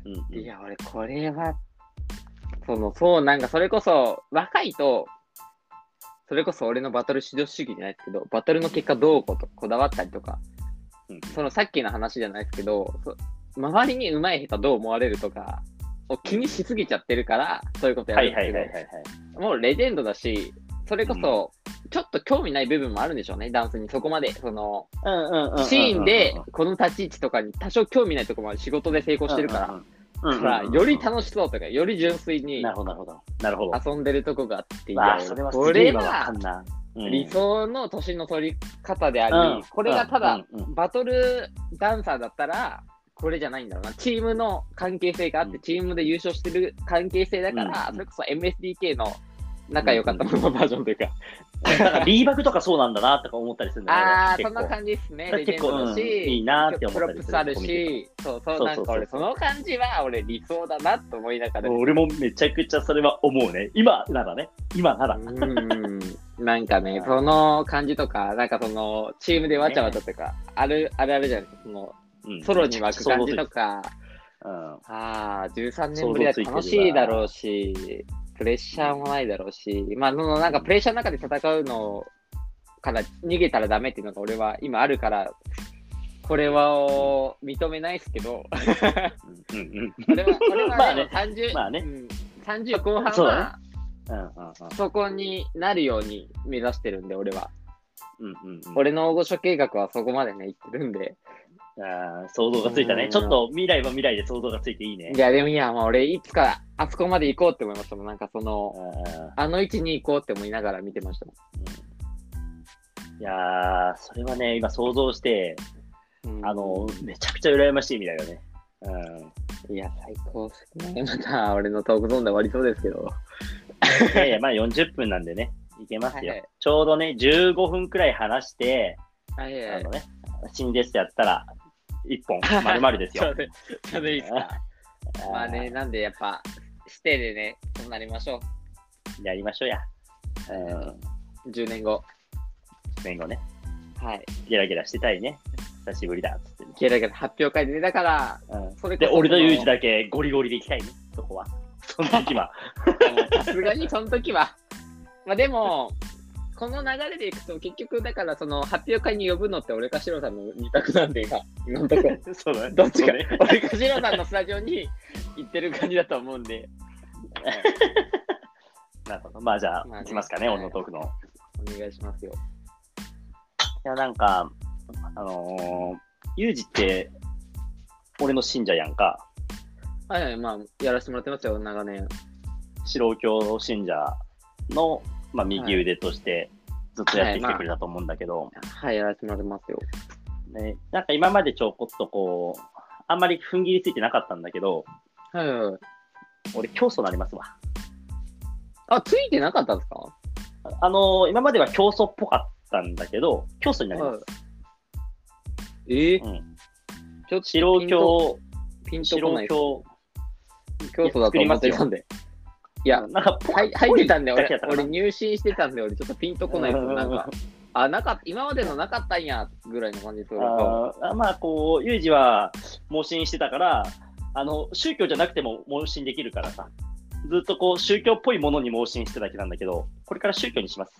[SPEAKER 1] うんうん
[SPEAKER 2] いや、俺、これは、その、そう、なんか、それこそ、若いと、それこそ俺のバトル指導主義じゃないですけど、バトルの結果どうことこだわったりとか、
[SPEAKER 1] うん
[SPEAKER 2] そのさっきの話じゃないですけど、そ周りに上手い下手どう思われるとか、を気にしすぎちゃってるから、そういうことや
[SPEAKER 1] は
[SPEAKER 2] る
[SPEAKER 1] い
[SPEAKER 2] んです
[SPEAKER 1] はい
[SPEAKER 2] けど、
[SPEAKER 1] はいはいはい。
[SPEAKER 2] もうレジェンドだし、それこそ、ちょっと興味ない部分もあるんでしょうね、ダンスに。そこまで、その、
[SPEAKER 1] うんうんうんうんうん
[SPEAKER 2] シーンで、この立ち位置とかに多少興味ないとこまで仕事で成功してるから、
[SPEAKER 1] うんうんうん、
[SPEAKER 2] だから、より楽しそうとか、より純粋に
[SPEAKER 1] なるほどなるほど。なるほど。
[SPEAKER 2] 遊んでるとこがあって、い
[SPEAKER 1] わあ
[SPEAKER 2] や
[SPEAKER 1] それは
[SPEAKER 2] こ
[SPEAKER 1] すげえ
[SPEAKER 2] れ
[SPEAKER 1] わわか
[SPEAKER 2] が
[SPEAKER 1] んな。うん
[SPEAKER 2] 理想の年の取り方であ
[SPEAKER 1] うん
[SPEAKER 2] り、これがただ、
[SPEAKER 1] うんうん
[SPEAKER 2] バトルダンサーだったら、これじゃないんだろうな。チームの関係性があっ
[SPEAKER 1] う
[SPEAKER 2] て、
[SPEAKER 1] ん
[SPEAKER 2] チームで優勝してる関係性だから、
[SPEAKER 1] うん
[SPEAKER 2] それこそ MSDK の仲良かったものバージョンというか、
[SPEAKER 1] なんかリーバクとかそうなんだなとか思ったりするんだよね
[SPEAKER 2] あー、
[SPEAKER 1] 俺
[SPEAKER 2] そんな
[SPEAKER 1] 結構
[SPEAKER 2] 感じですね。レジェ
[SPEAKER 1] 結
[SPEAKER 2] ン
[SPEAKER 1] 構
[SPEAKER 2] ドだし、
[SPEAKER 1] うんいいなって思
[SPEAKER 2] プ
[SPEAKER 1] った
[SPEAKER 2] ロ
[SPEAKER 1] り
[SPEAKER 2] プ
[SPEAKER 1] する
[SPEAKER 2] スある
[SPEAKER 1] コミュニ
[SPEAKER 2] し、そうそう、
[SPEAKER 1] そう
[SPEAKER 2] なんか俺、そ
[SPEAKER 1] そうそうそう
[SPEAKER 2] の感じは俺、理想だなと思いながら。う
[SPEAKER 1] 俺もめちゃくちゃそれは思うね。今ならね。今なら。
[SPEAKER 2] ん、なん かね、その感じとか、なんかその、チームでわちゃわちゃとか、ある、あるあるじゃないですか、その、
[SPEAKER 1] うん
[SPEAKER 2] ソロに湧く感じとか、
[SPEAKER 1] うん
[SPEAKER 2] ああ、13年ぶりだと楽しいだろうし、プレッシャーもないだろうし、まあ、そのなんかプレッシャーの中で戦うのから逃げたらダメっていうのが俺は今あるから、これは認めないですけど、
[SPEAKER 1] うんうんうん
[SPEAKER 2] こ れは、これは、
[SPEAKER 1] まあね
[SPEAKER 2] 30、
[SPEAKER 1] まあね
[SPEAKER 2] うん30後半
[SPEAKER 1] そう
[SPEAKER 2] は
[SPEAKER 1] だうんうん
[SPEAKER 2] そこになるように目指してるんで、俺は。
[SPEAKER 1] うんうんうん
[SPEAKER 2] 俺の大御所計画はそこまでね、いってるんで。
[SPEAKER 1] あー想像がついた
[SPEAKER 2] う
[SPEAKER 1] ね
[SPEAKER 2] ん。
[SPEAKER 1] ちょっと未来は未来で想像がついていいね
[SPEAKER 2] い。や、でもいや、まあ俺、いつかあそこまで行こうって思いましたもん。なんかその、
[SPEAKER 1] あ
[SPEAKER 2] あの位置に行こうって思いながら見てましたもん。
[SPEAKER 1] ーいやー、それはね、今想像して、
[SPEAKER 2] うん
[SPEAKER 1] あの、めちゃくちゃ羨ましいみたいだね。うん
[SPEAKER 2] いや、最高ですね。また、俺のトークゾーンで終わりそうですけど。
[SPEAKER 1] いやいや、まあ40分なんでね、いけます
[SPEAKER 2] はいは
[SPEAKER 1] よ
[SPEAKER 2] い。
[SPEAKER 1] ちょうどね、15分くらい話して、
[SPEAKER 2] はいは
[SPEAKER 1] あ
[SPEAKER 2] い
[SPEAKER 1] の。ね、新ですってやったら、一 本、丸々ですよ。
[SPEAKER 2] ちょうどちょうどいいっすか。まあね、なんでやっぱ、してでね、そうなりましょ
[SPEAKER 1] やりましょうや。うん
[SPEAKER 2] う。10年後。
[SPEAKER 1] 年後ね。
[SPEAKER 2] はい。
[SPEAKER 1] ゲラゲラしてたいね。久しぶりだ、つってね。
[SPEAKER 2] ゲラゲラ発表会でね、だから、
[SPEAKER 1] うん
[SPEAKER 2] それこ
[SPEAKER 1] で、
[SPEAKER 2] そ
[SPEAKER 1] 俺とユージだけゴリゴリで行きたいね、そこは。その時は。
[SPEAKER 2] あ のさすがにその時は。まあでも、この流れでいくと、結局、だから、その発表会に呼ぶのって、俺かシロさんの二択なんで、今、今のとこ ろ。
[SPEAKER 1] そうだね
[SPEAKER 2] どっち
[SPEAKER 1] そ
[SPEAKER 2] か
[SPEAKER 1] うね、
[SPEAKER 2] 俺かシロさんのスタジオに行ってる感じだと思うんで、
[SPEAKER 1] なるほど。まあじゃあ、
[SPEAKER 2] まあね
[SPEAKER 1] 行きますかね、
[SPEAKER 2] はい
[SPEAKER 1] 俺のトークの。い
[SPEAKER 2] お願いしますよ。
[SPEAKER 1] や、なんか、あのー、ユージって、俺の信者やんか。
[SPEAKER 2] はいはい、まあ、やらせてもらってますよ、長年。
[SPEAKER 1] 白教信者の、まあ、右腕として、ずっとやってきてくれたと思うんだけど、
[SPEAKER 2] はい、やらせてもらってますよ。
[SPEAKER 1] ね、なんか今までちょこっとこう、あんまり踏ん切りついてなかったんだけど、
[SPEAKER 2] はいはいはい。
[SPEAKER 1] 俺、教祖になりますわ。
[SPEAKER 2] あ、ついてなかったんですか
[SPEAKER 1] あのー今までは教祖っぽかったんだけど、教祖になります。
[SPEAKER 2] はい。えー
[SPEAKER 1] うん
[SPEAKER 2] ちょっと
[SPEAKER 1] 白教、
[SPEAKER 2] ピンとこな
[SPEAKER 1] 白
[SPEAKER 2] い。
[SPEAKER 1] 教、
[SPEAKER 2] 教祖だと思ってたんで。いや、
[SPEAKER 1] なんかぽ
[SPEAKER 2] はい入ってたんで、
[SPEAKER 1] ぽいだけやっ、た
[SPEAKER 2] 俺
[SPEAKER 1] かな
[SPEAKER 2] 俺入信してたんで、俺ちょっとピンとこないです
[SPEAKER 1] うんうんうん
[SPEAKER 2] なんか、あ、なかった、今までのなかったんや、ぐらいの感じですよ。俺
[SPEAKER 1] あーまあ、こう、ユージは、盲信してたから、あの、宗教じゃなくても盲信できるからさ、ずっとこう、宗教っぽいものに盲信してただけなんだけど、これから宗教にします。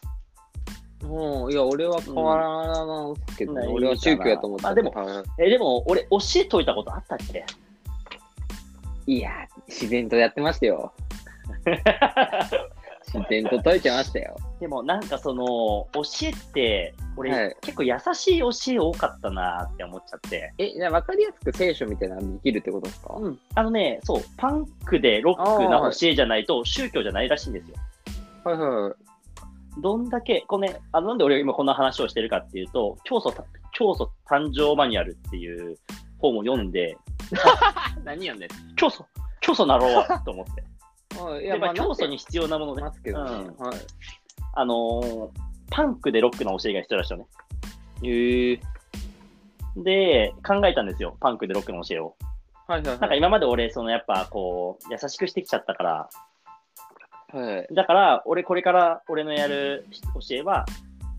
[SPEAKER 2] もう、いや、俺は変わらないですけどね、
[SPEAKER 1] うん
[SPEAKER 2] 俺は宗教やと思ってたんで
[SPEAKER 1] まあでも
[SPEAKER 2] 変わらない
[SPEAKER 1] え、でも、俺、教えといたことあったっけ
[SPEAKER 2] いや、自然とやってましたよ。自然と解いてましたよ。
[SPEAKER 1] でも、なんかその、教えって、俺、
[SPEAKER 2] はい
[SPEAKER 1] 結構優しい教え多かったなって思っちゃって。
[SPEAKER 2] え、じゃあ分かりやすく聖書みたいなのできるってことですか
[SPEAKER 1] うん。あのね、そう、パンクでロックな教えじゃないと、宗教じゃないらしいんですよ。
[SPEAKER 2] はいはい。
[SPEAKER 1] どんだけ、このね、あのなんで俺が今こんな話をしてるかっていうと、教祖、教祖誕生マニュアルっていう本を読んで、
[SPEAKER 2] 何やねん。
[SPEAKER 1] 教祖、教祖なろうと思って。
[SPEAKER 2] い
[SPEAKER 1] や
[SPEAKER 2] や、
[SPEAKER 1] っぱ
[SPEAKER 2] まあ、
[SPEAKER 1] 教祖に必要なもの
[SPEAKER 2] なって
[SPEAKER 1] ね、
[SPEAKER 2] ますけどね。
[SPEAKER 1] うん
[SPEAKER 2] はい。
[SPEAKER 1] あのーパンクでロックな教えが必要らしいよね。
[SPEAKER 2] ええ
[SPEAKER 1] で、考えたんですよ、パンクでロックの教えを。
[SPEAKER 2] はいはい
[SPEAKER 1] なん
[SPEAKER 2] は
[SPEAKER 1] か
[SPEAKER 2] い。
[SPEAKER 1] 今まで俺、そのやっぱこう、優しくしてきちゃったから、
[SPEAKER 2] はい、
[SPEAKER 1] だから俺これから俺のやる教えは、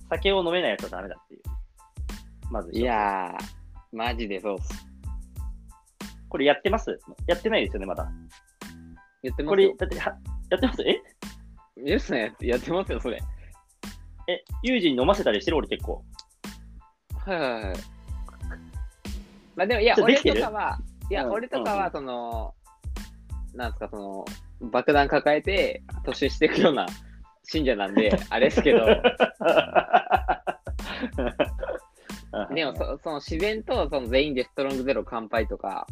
[SPEAKER 1] 酒を飲めないやつはダメだっていう。まず一つ
[SPEAKER 2] いやー、マジでそうっす。
[SPEAKER 1] これやってますやってないですよね、まだ。
[SPEAKER 2] 言ってま
[SPEAKER 1] こ
[SPEAKER 2] す
[SPEAKER 1] れ、
[SPEAKER 2] よ。
[SPEAKER 1] だっては、やってますえ
[SPEAKER 2] ニュースのやつやってますよ、それ。
[SPEAKER 1] え、ユージに飲ませたりしてる俺結構。
[SPEAKER 2] はいはいはい。まあでも、いや、
[SPEAKER 1] ちょ
[SPEAKER 2] 俺
[SPEAKER 1] できて
[SPEAKER 2] と
[SPEAKER 1] る
[SPEAKER 2] かは、いや、
[SPEAKER 1] うん
[SPEAKER 2] 俺とかは、その、なんですか、その、爆弾抱えて、突進していくような信者なんで、あれで すけど、 でもそ、その自然と、その全員でストロングゼロ乾杯とか、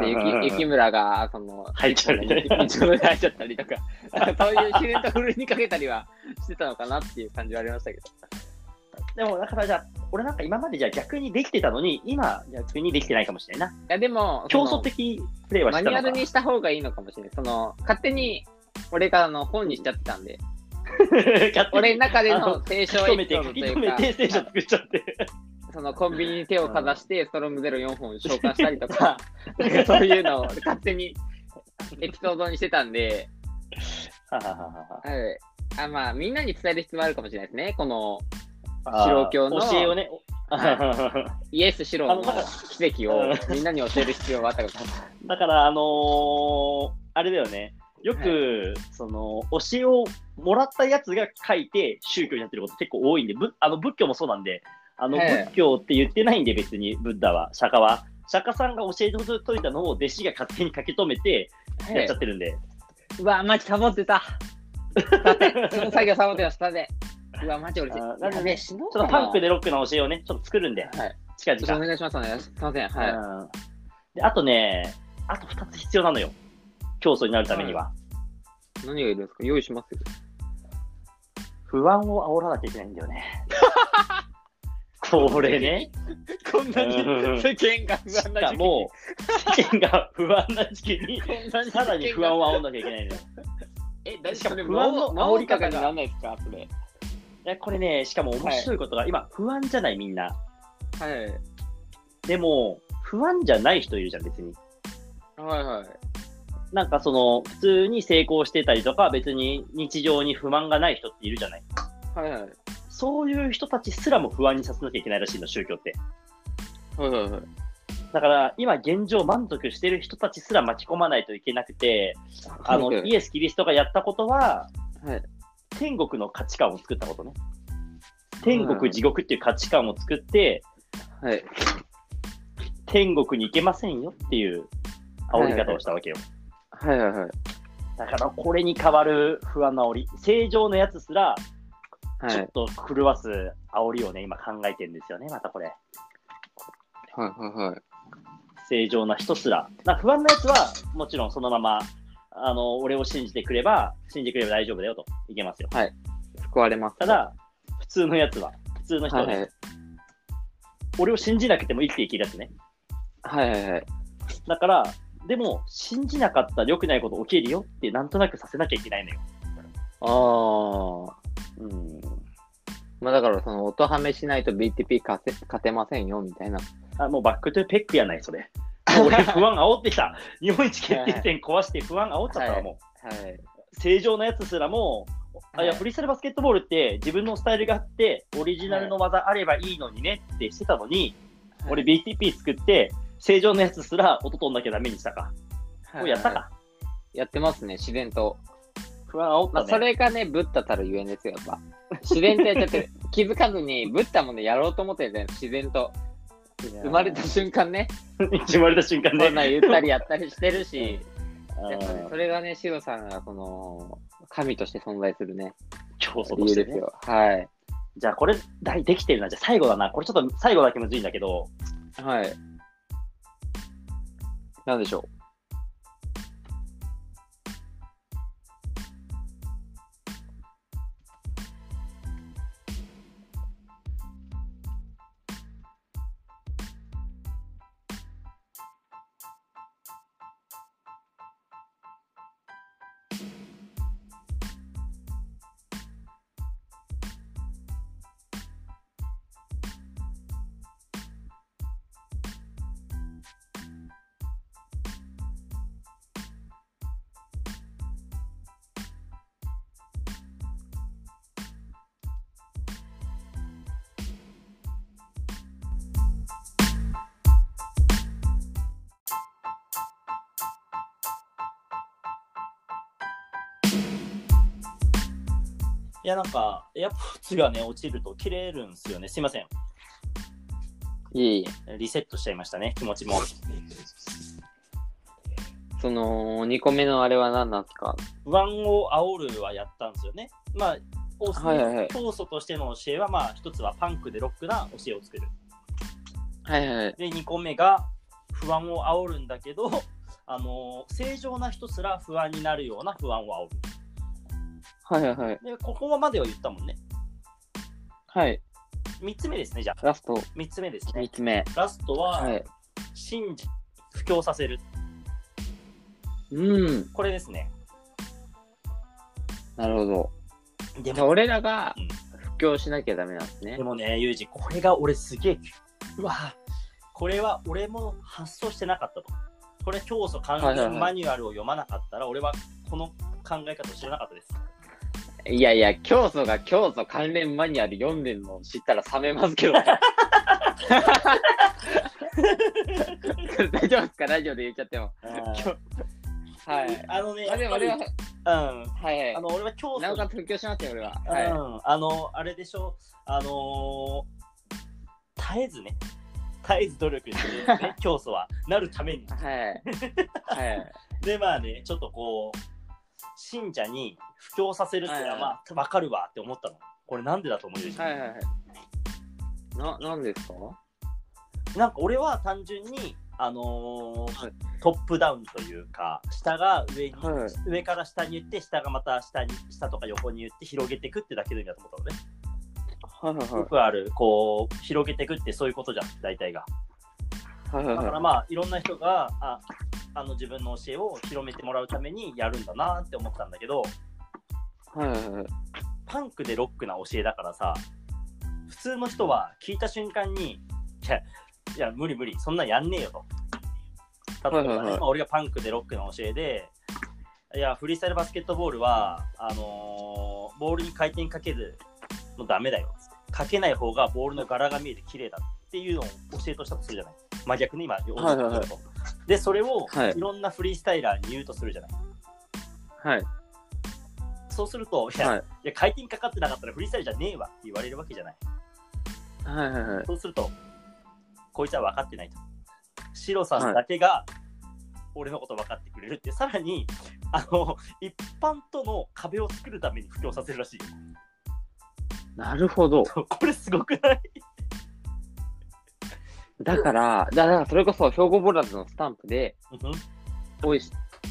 [SPEAKER 2] で雪雪村が、その、
[SPEAKER 1] 入っちゃ うみたいな
[SPEAKER 2] 一緒に入っちゃったりとか、 そういう自然とふるいにかけたりはしてたのかなっていう感じはありましたけど。
[SPEAKER 1] でも、だからじゃあ、俺なんか今までじゃあ逆にできてたのに、今逆にできてないかもしれないな。
[SPEAKER 2] いや、でも、
[SPEAKER 1] 競争的プレイは
[SPEAKER 2] マ
[SPEAKER 1] して
[SPEAKER 2] ニ
[SPEAKER 1] た
[SPEAKER 2] ュア
[SPEAKER 1] のか
[SPEAKER 2] ルにした方がいいのかもしれない。その、勝手に、俺があの本にしちゃって たんで、
[SPEAKER 1] な。
[SPEAKER 2] 俺の中で
[SPEAKER 1] あ
[SPEAKER 2] の聖書
[SPEAKER 1] 書き留め
[SPEAKER 2] エピ
[SPEAKER 1] て、書
[SPEAKER 2] ソードと
[SPEAKER 1] き
[SPEAKER 2] い
[SPEAKER 1] 留めて、聖
[SPEAKER 2] う
[SPEAKER 1] 書
[SPEAKER 2] か、
[SPEAKER 1] 作っちゃって。
[SPEAKER 2] そのコンビニに手をかざして、ストロングゼロ4本召喚したりとか、 なんかそういうのを勝手にエピソードにしてたんで、はい。あまあ、みんなに伝える必要はあるかもしれないですね。この、白教の
[SPEAKER 1] 教えをね。
[SPEAKER 2] イエス・シローの
[SPEAKER 1] あのなんか
[SPEAKER 2] 奇跡をみんなに教える必要はあったかもしれない。
[SPEAKER 1] だから、あのーあれだよね。よく、
[SPEAKER 2] は
[SPEAKER 1] その、教えをもらったやつが書いて宗教になってること結構多いんで、ぶあの仏教もそうなんで、あの、
[SPEAKER 2] はい
[SPEAKER 1] 仏教って言ってないんで別に、ブッダは、釈迦は。釈迦さんが教えてといたのを弟子が勝手に書き留めてやっちゃってるんで。
[SPEAKER 2] うわ、マジサボってた。その作業サボってましたね。うわ、マジ俺、
[SPEAKER 1] あー
[SPEAKER 2] やべえ、死のう
[SPEAKER 1] ちょ
[SPEAKER 2] か
[SPEAKER 1] っと
[SPEAKER 2] な
[SPEAKER 1] パンクでロックな教えをね、ちょっと作るんで、
[SPEAKER 2] はい。
[SPEAKER 1] 近
[SPEAKER 2] ちょっとお
[SPEAKER 1] 々。
[SPEAKER 2] 願いします、お願いします。すいません。はい。
[SPEAKER 1] うんであとね、あと2つ必要なのよ。競争になるためには。
[SPEAKER 2] 何がいるんですか用意しますよ。
[SPEAKER 1] 不安を煽らなきゃいけないんだよね。 これね。
[SPEAKER 2] こん
[SPEAKER 1] なに世
[SPEAKER 2] 間が
[SPEAKER 1] しかも、世間が不安な時期 に、さらに不安を煽んなきゃいけないのよ。
[SPEAKER 2] え、
[SPEAKER 1] 大丈夫
[SPEAKER 2] 不安の
[SPEAKER 1] 治
[SPEAKER 2] 治
[SPEAKER 1] り
[SPEAKER 2] り
[SPEAKER 1] 方
[SPEAKER 2] 方
[SPEAKER 1] にな
[SPEAKER 2] にな
[SPEAKER 1] ら
[SPEAKER 2] らないですかそれ。
[SPEAKER 1] いやこれね、しかも面白いことが、今、不安じゃないみんな。
[SPEAKER 2] はい。
[SPEAKER 1] でも、不安じゃない人いるじゃん、別に。
[SPEAKER 2] はいはい。
[SPEAKER 1] なんかその、普通に成功してたりとか、別に日常に不満がない人っているじゃない。
[SPEAKER 2] はいはい。
[SPEAKER 1] そういう人たちすらも不安にさせなきゃいけないらしいの、宗教って。
[SPEAKER 2] はいはいはい。
[SPEAKER 1] だから、今現状満足してる人たちすら巻き込まないといけなくて、あの、イエス・キリストがやったことは、
[SPEAKER 2] はい
[SPEAKER 1] 天国の価値観を作ったことね。天国、地獄っていう価値観を作って、
[SPEAKER 2] はい。
[SPEAKER 1] 天国に行けませんよっていう煽り方をしたわけよ。
[SPEAKER 2] はいはいはい。
[SPEAKER 1] だから、これに代わる不安の煽り。正常なやつすら、
[SPEAKER 2] は
[SPEAKER 1] ちょ
[SPEAKER 2] い
[SPEAKER 1] っ。と狂わす煽りをね、今考えてるんですよね、またこれ。
[SPEAKER 2] はいはいはい。
[SPEAKER 1] 正常な人すら。だから不安なやつは、もちろんそのまま、あの、俺を信じてくれば、信じてくれば大丈夫だよと、いけますよ。
[SPEAKER 2] 救われます。
[SPEAKER 1] た、だ、普通のやつは、普通の人
[SPEAKER 2] は
[SPEAKER 1] は、
[SPEAKER 2] い
[SPEAKER 1] ね
[SPEAKER 2] はい。
[SPEAKER 1] 俺を信じなくても生きていけるやつね。
[SPEAKER 2] はいはいはい。
[SPEAKER 1] だから、でも、信じなかったら良くないこと起きるよって、なんとなくさせなきゃいけないのよ。
[SPEAKER 2] ああ。
[SPEAKER 1] うん。
[SPEAKER 2] まあだから、その、音はめしないと BTP 勝て勝てませんよ、みたいな。
[SPEAKER 1] あ、もうバックトゥーペックやない、そ れ。もう俺、不安煽ってきた。日本一決定戦壊して不安煽っちゃったわ、もう。
[SPEAKER 2] はい。
[SPEAKER 1] 正常なやつすらも、あいや、
[SPEAKER 2] はい
[SPEAKER 1] フリースタイルバスケットボールって自分のスタイルがあって、オリジナルの技あればいいのにねってしてたのに、
[SPEAKER 2] はい
[SPEAKER 1] 俺 BTP 作って、正常なやつすら音取んなきゃダメにしたか。もうやった
[SPEAKER 2] はいは
[SPEAKER 1] か。
[SPEAKER 2] い。やってますね、自然と。
[SPEAKER 1] 不安煽った
[SPEAKER 2] ま
[SPEAKER 1] ね
[SPEAKER 2] あ、。それがね、ブッダたるゆえんですよ、やっ ぱ。自然とやっちゃってる。気づかずに、ブッダもね、やろうと思ってるんだよ、自然と。生まれた瞬間ね、
[SPEAKER 1] 生まれた瞬間
[SPEAKER 2] こんな
[SPEAKER 1] ね。
[SPEAKER 2] ん言ったりやったりしてるし、
[SPEAKER 1] あ
[SPEAKER 2] やっぱね
[SPEAKER 1] ー
[SPEAKER 2] それがね、シロさんが、その、神として存在するね、
[SPEAKER 1] 競争
[SPEAKER 2] 理
[SPEAKER 1] とし
[SPEAKER 2] 由
[SPEAKER 1] て
[SPEAKER 2] です
[SPEAKER 1] ね。
[SPEAKER 2] よ。はい。
[SPEAKER 1] じゃあこれ、大できてるな。じゃあ最後だな。これちょっと最後だけむずいんだけど、
[SPEAKER 2] はい。なんでしょ
[SPEAKER 1] いやなんか、エアポーツがね、落ちると切れるんですよね。すいません。
[SPEAKER 2] ういえいえ。
[SPEAKER 1] リセットしちゃいましたね、気持ちも。
[SPEAKER 2] その、2個目のあれは何なんですか
[SPEAKER 1] 不安を煽るはやったんですよね。まあ、オース
[SPEAKER 2] はいはいはい
[SPEAKER 1] 教祖としての教えは、まあ、一つはパンクでロックな教えを作る。
[SPEAKER 2] はいはい。
[SPEAKER 1] で、2個目が不安を煽るんだけど、あの正常な人すら不安になるような不安を
[SPEAKER 2] はいはいはい。
[SPEAKER 1] 煽る。で、ここまでは言ったもんね。
[SPEAKER 2] はい。
[SPEAKER 1] 3つ目ですね、じゃあ。
[SPEAKER 2] ラスト、
[SPEAKER 1] 3つ目ですね
[SPEAKER 2] 3。つ目。
[SPEAKER 1] ラスト
[SPEAKER 2] は
[SPEAKER 1] は、
[SPEAKER 2] い。
[SPEAKER 1] 信じ、布教させる。
[SPEAKER 2] うん。
[SPEAKER 1] これですね。
[SPEAKER 2] なるほど。
[SPEAKER 1] で
[SPEAKER 2] じゃあ、
[SPEAKER 1] も、
[SPEAKER 2] 俺らが
[SPEAKER 1] うん
[SPEAKER 2] 布教しなきゃダメなんですね
[SPEAKER 1] で。もね、ユージ、これが俺すげえ、うわこれは俺も発想してなかったと。これ、教祖関
[SPEAKER 2] はいはい
[SPEAKER 1] 連
[SPEAKER 2] はい
[SPEAKER 1] マニュアルを読まなかったら、俺はこの考え方を知らなかったです。
[SPEAKER 2] いやいや、教祖が教祖関連マニュアル読んでるのを知ったら冷めますけど ね。大丈夫ですかラジオで言っちゃっても。
[SPEAKER 1] 今日
[SPEAKER 2] はい。
[SPEAKER 1] あのね、
[SPEAKER 2] あ、でも俺は、はい
[SPEAKER 1] うん、
[SPEAKER 2] はい。
[SPEAKER 1] あの俺は教祖
[SPEAKER 2] なおかつ布教しますよ、俺は。
[SPEAKER 1] うん
[SPEAKER 2] は
[SPEAKER 1] あの、あれでしょ、あのー絶えずね、絶えず努力してるんです ね、教祖は。なるために。
[SPEAKER 2] い。はい。はい。
[SPEAKER 1] で、まあね、ちょっとこう、信者に布教させるっていうのは、
[SPEAKER 2] はい
[SPEAKER 1] まあ、わかるわって思ったの。これなんでだと思うよ、
[SPEAKER 2] はいはいはい。な、なんですか
[SPEAKER 1] なんか俺は単純に、あのー
[SPEAKER 2] はい
[SPEAKER 1] トップダウンというか、下が上に、
[SPEAKER 2] はい
[SPEAKER 1] 上から下に言って、下がまた下に、下とか横に言って、広げていくってだけでいいんだと思ったのね。
[SPEAKER 2] はい
[SPEAKER 1] よくある、こう、広げていくってそういうことじゃん、大体が。
[SPEAKER 2] はい
[SPEAKER 1] だ
[SPEAKER 2] はい
[SPEAKER 1] から
[SPEAKER 2] は
[SPEAKER 1] まあ、いろんな人が、ああの自分の教えを広めてもらうためにやるんだなって思ったんだけど、
[SPEAKER 2] い。はいはいはい。
[SPEAKER 1] パンクでロックな教えだからさ、普通の人は聞いた瞬間に、いや、いや無理無理、そんなんやんねえよと。例えば、ね
[SPEAKER 2] はいはいはい
[SPEAKER 1] まあ俺がパンクでロックの教えで、いや、フリースタイルバスケットボールは、あのーボールに回転かけず、もうダメだよっつって。かけない方がボールの柄が見えて綺麗だっていうのを教えとしたとするじゃない。真逆に今、
[SPEAKER 2] はいはいはい
[SPEAKER 1] で、それを
[SPEAKER 2] はい
[SPEAKER 1] いろんなフリースタイラーに言うとするじゃない。
[SPEAKER 2] はい。
[SPEAKER 1] そうすると、いや、
[SPEAKER 2] はい
[SPEAKER 1] い、や回転かかってなかったらフリースタイルじゃねえわって言われるわけじゃない。
[SPEAKER 2] はいはいはい。
[SPEAKER 1] そうすると、こいつは分かってないと。シロさんだけが俺のこと分かってくれるって、さらにあの一般との壁を作るために布教させるらしいよ。
[SPEAKER 2] なるほど。
[SPEAKER 1] これすごくない
[SPEAKER 2] だから、だだからそれこそ、兵庫ボラーズのスタンプで、おい、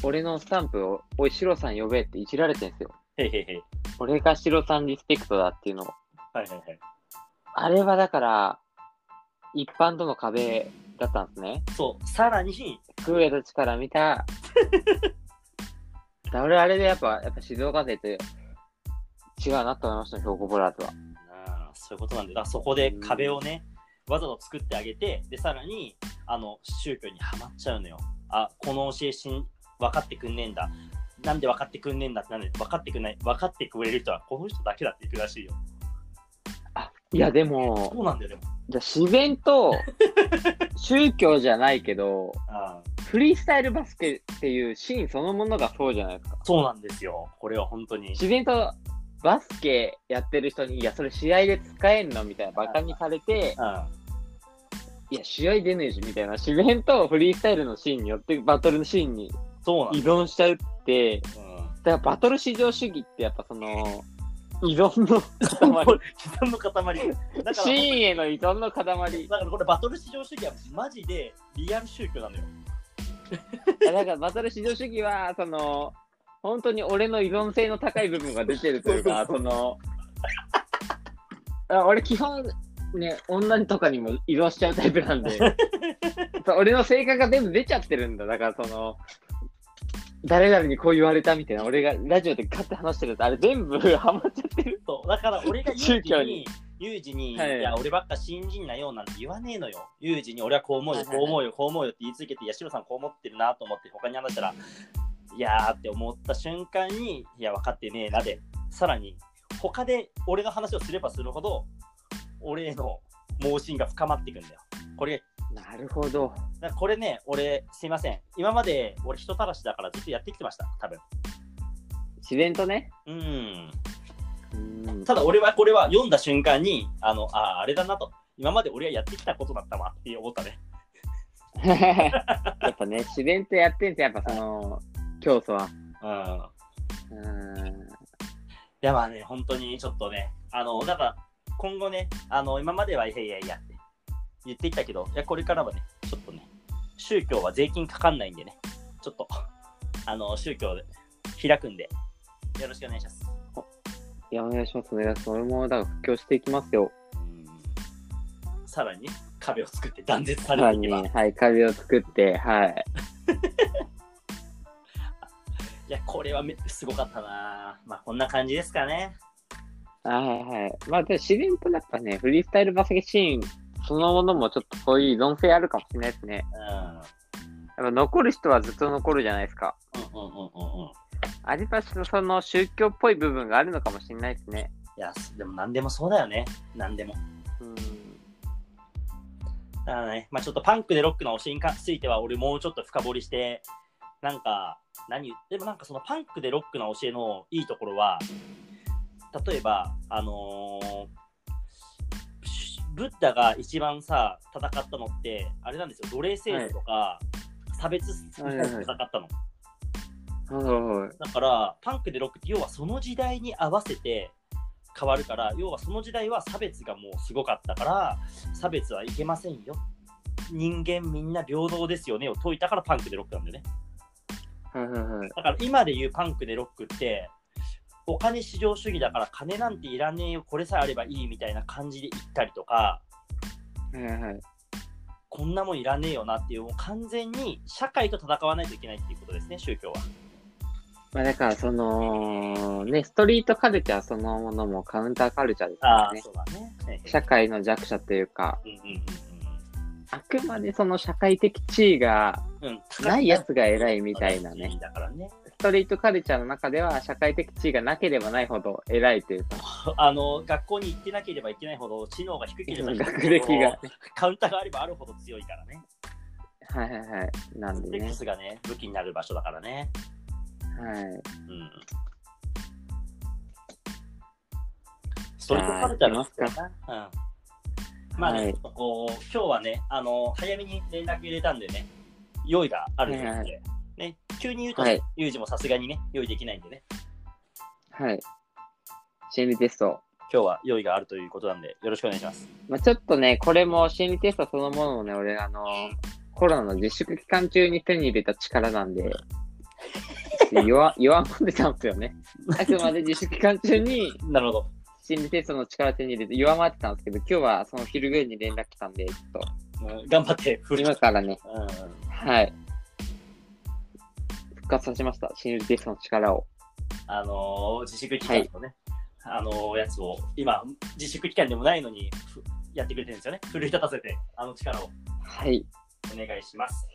[SPEAKER 2] 俺のスタンプを、おい、シロさん呼べっていじられてんすよ。
[SPEAKER 1] へいへいへい。
[SPEAKER 2] 俺がシロさんリスペクトだっていうのを。
[SPEAKER 1] はいはいはい。
[SPEAKER 2] あれはだから、一般との壁だったんですね。
[SPEAKER 1] そう、さらに、
[SPEAKER 2] クーヤたちから見た。だ俺あれでやっぱ、やっぱ静岡勢って違うなと思いましたね、兵庫ボラーズは。
[SPEAKER 1] あーそういうことなんで、だからそこで壁をね、わざと作ってあげて、で、さらに、あの、宗教にはまっちゃうのよ。あ、この教えしん、分かってくんねえんだ。なんで分かってくんねえんだって、なんで分かってくんない、分かってくれる人はこの人だけだって言うらしいよ。
[SPEAKER 2] あ、いやでも、
[SPEAKER 1] そうなんだよ、でも。
[SPEAKER 2] じゃあ自然 と宗教じゃないけど、
[SPEAKER 1] あ
[SPEAKER 2] フリースタイルバスケっていうシーンそのものがそうじゃないですか。
[SPEAKER 1] そうなんですよ。これは本当に。
[SPEAKER 2] 自然とバスケやってる人に、いや、それ試合で使えんのみたいな、バカにされて、
[SPEAKER 1] う
[SPEAKER 2] いや、試合出ねえしみたいな、自然とフリースタイルのシーンによってバトルのシーンに
[SPEAKER 1] ん、そうなん
[SPEAKER 2] 依
[SPEAKER 1] だ
[SPEAKER 2] 存しちゃうって、
[SPEAKER 1] よ。
[SPEAKER 2] だからバトル至上主義ってやっぱそ の、依存の
[SPEAKER 1] うん、 こ
[SPEAKER 2] 塊
[SPEAKER 1] れ、刻の塊。だか
[SPEAKER 2] シ
[SPEAKER 1] ら、
[SPEAKER 2] ーンへの依存の塊。
[SPEAKER 1] だからこれ、バトル至上主義はマジでリアル宗教なのよ。
[SPEAKER 2] いやだからバトル至上主義は、その、本当に俺の依存性の高い部分が出てるというか、
[SPEAKER 1] そ
[SPEAKER 2] その、あ俺基本、ね、女とかにも依存しちゃうタイプなん で、そう俺の性格が全部出ちゃってるんだ。だからその、誰々にこう言われたみたいな、俺がラジオでガッて話してるやつあれ全部ハマっちゃってる。
[SPEAKER 1] そうだから俺がユー
[SPEAKER 2] 宗
[SPEAKER 1] ジ
[SPEAKER 2] 教
[SPEAKER 1] に
[SPEAKER 2] に、
[SPEAKER 1] ユージに、
[SPEAKER 2] はい
[SPEAKER 1] い、や、俺ばっか信じんなよなんて言わねえのよ。ユージに、俺はこう思うよ、
[SPEAKER 2] はい
[SPEAKER 1] こ
[SPEAKER 2] はいうはい
[SPEAKER 1] 思うよ、こう思うよって言い続けて、いや、シロさんこう思ってるなと思って、他に話したら、いやーって思った瞬間に、いや、分かってねえなで、さらに、他で俺の話をすればするほど、俺への盲信が深まっていくんだよ。これ、
[SPEAKER 2] なるほど。
[SPEAKER 1] だからこれね、俺、すいません。今まで俺人たらしだからずっとやってきてました、多分。
[SPEAKER 2] 自然とね。
[SPEAKER 1] うん。
[SPEAKER 2] うん
[SPEAKER 1] ただ俺はこれは読んだ瞬間に、あの、ああ、あれだなと。今まで俺はやってきたことだったわって思ったね。
[SPEAKER 2] やっぱね、自然とやってんすよやっぱその、競争は。
[SPEAKER 1] うん。
[SPEAKER 2] うん
[SPEAKER 1] いやまあね、本当にちょっとね、あの、だから今後ね、あの、今までは、いやいやいやって言ってきたけど、いや、これからはね、ちょっとね、宗教は税金かかんないんでね、ちょっと、あの、宗教で開くんで、よろしくお願いします。
[SPEAKER 2] いや、お願いします、お願いします。俺も、だから、布教していきますよ。
[SPEAKER 1] うんさらにね、壁を作って断絶さ
[SPEAKER 2] さ
[SPEAKER 1] れ
[SPEAKER 2] ら
[SPEAKER 1] ていけ
[SPEAKER 2] に、
[SPEAKER 1] ば。い
[SPEAKER 2] はい、壁を作って、はい。
[SPEAKER 1] や、これはめすごかったなまあ、こんな感じですかね。
[SPEAKER 2] はいはい。まあ、で自然とやっぱね、フリースタイルバスケシーンそのものも、ちょっとそういう依存性あるかもしれないですね。
[SPEAKER 1] うん。
[SPEAKER 2] やっぱ残る人はずっと残るじゃないですか。
[SPEAKER 1] うんうんうんうんうん。
[SPEAKER 2] アリパシのその宗教っぽい部分があるのかもしれないですね。
[SPEAKER 1] いや、でも何でもそうだよね。何でも。
[SPEAKER 2] うん。
[SPEAKER 1] だからね、まあちょっとパンクでロックの推しについては、俺もうちょっと深掘りして、なんか、何、でもなんかそのパンクでロックの教えのいいところは、例えば、あのーしブッダが一番さ、戦ったのって、あれなんですよ、奴隷制度とか、差別とか
[SPEAKER 2] はい
[SPEAKER 1] 戦
[SPEAKER 2] は
[SPEAKER 1] っ
[SPEAKER 2] い
[SPEAKER 1] たの。
[SPEAKER 2] はい。
[SPEAKER 1] だから、パンクでロックって、要はその時代に合わせて変わるから、要はその時代は差別がもうすごかったから、差別はいけませんよ。人間みんな平等ですよねを解いたからパンクでロックなんだよね。
[SPEAKER 2] はいはいはい。
[SPEAKER 1] だから今で言うパンクでロックって、お金至上主義だから金なんていらねえよ、これさえあればいいみたいな感じで言ったりとか、
[SPEAKER 2] はいはい。
[SPEAKER 1] こんなもんいらねえよなっていう、もう完全に社会と戦わないといけないっていうことですね、宗教は。
[SPEAKER 2] まあ、だから、その、ね、ストリートカルチャーそのものもカウンターカルチャーですか
[SPEAKER 1] あ
[SPEAKER 2] ら
[SPEAKER 1] あ、
[SPEAKER 2] ね。
[SPEAKER 1] そうだね。
[SPEAKER 2] 社会の弱者というか、
[SPEAKER 1] うんうんうんうん
[SPEAKER 2] あくまでその社会的地位が
[SPEAKER 1] うん、
[SPEAKER 2] ないやつが偉いみたいなね。
[SPEAKER 1] だからね。
[SPEAKER 2] ストリートカルチャーの中では社会的地位がなければないほど偉いというか、
[SPEAKER 1] あの、 学校に行ってなければいけないほど、知能が低ければ低いほど
[SPEAKER 2] 学歴が。。
[SPEAKER 1] カウンターがあればあるほど強いからね。
[SPEAKER 2] はいはいはい。なんで
[SPEAKER 1] セッ
[SPEAKER 2] ね
[SPEAKER 1] ク。スがね、武器になる場所だからね。
[SPEAKER 2] はい。
[SPEAKER 1] うん。ストリートカルチャーの人だな。うん。まあね、
[SPEAKER 2] はい
[SPEAKER 1] ちょっとこう、今日はね、あの、早めに連絡入れたんでね、用意があるんで、
[SPEAKER 2] はいは
[SPEAKER 1] ね、急に言うと、
[SPEAKER 2] はい
[SPEAKER 1] ユージもさすがにね、用意できないんでね、
[SPEAKER 2] はい。心理テスト。
[SPEAKER 1] 今日は用意があるということなんで、よろしくお願いします。
[SPEAKER 2] まあ、ちょっとね、これも心理テストそのものをね、俺、あの、コロナの自粛期間中に手に入れた力なん で、弱、弱までたんですよね。あくまで自粛期間中に
[SPEAKER 1] なるほど。
[SPEAKER 2] 心理テストの力を手に入れて弱まってたんですけど、今日はその昼ぐらいに連絡来たんで、ちょっ
[SPEAKER 1] うん頑張って、振
[SPEAKER 2] と、
[SPEAKER 1] り
[SPEAKER 2] 今からね、
[SPEAKER 1] うん
[SPEAKER 2] はい。復活させました。心理テストの力を。
[SPEAKER 1] あのー自粛期間のね、あのーやつを、今、自粛期間でもないのに、ふやってくれてるんですよね。奮い立たせて、あの力を
[SPEAKER 2] はい。
[SPEAKER 1] お願いします。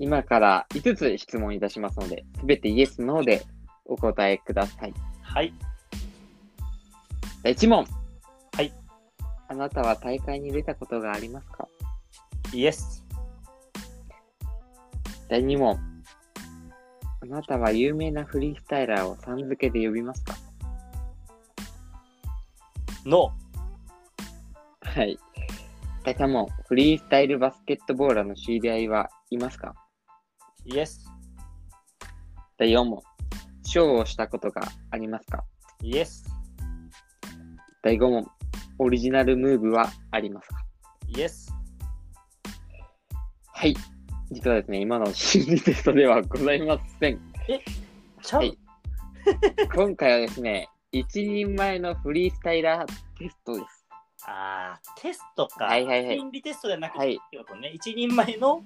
[SPEAKER 2] 今から5つ質問いたしますので、すべてイエス、ノーでお答えください。
[SPEAKER 1] はい。
[SPEAKER 2] 第1問。
[SPEAKER 1] はい。
[SPEAKER 2] あなたは大会に出たことがありますか
[SPEAKER 1] イエス。
[SPEAKER 2] 第2問。あなたは有名なフリースタイラーをさん付けで呼びますか
[SPEAKER 1] ノ
[SPEAKER 2] はい。第3問。フリースタイルバスケットボーラーの知り合いはいますか
[SPEAKER 1] ー。イエス。
[SPEAKER 2] 第4問。ショーをしたことがありますか
[SPEAKER 1] イエス。
[SPEAKER 2] 第5問。オリジナルムーブはありますか
[SPEAKER 1] イエス。
[SPEAKER 2] はい。実はですね、今の心理テストではございません。
[SPEAKER 1] ちゃう、
[SPEAKER 2] はい今回はですね、一人前のフリースタイラーテストです。
[SPEAKER 1] あー、テストか。
[SPEAKER 2] はいはいはい
[SPEAKER 1] 心理テストじゃなくて、
[SPEAKER 2] はい。
[SPEAKER 1] ってことね、一人前の、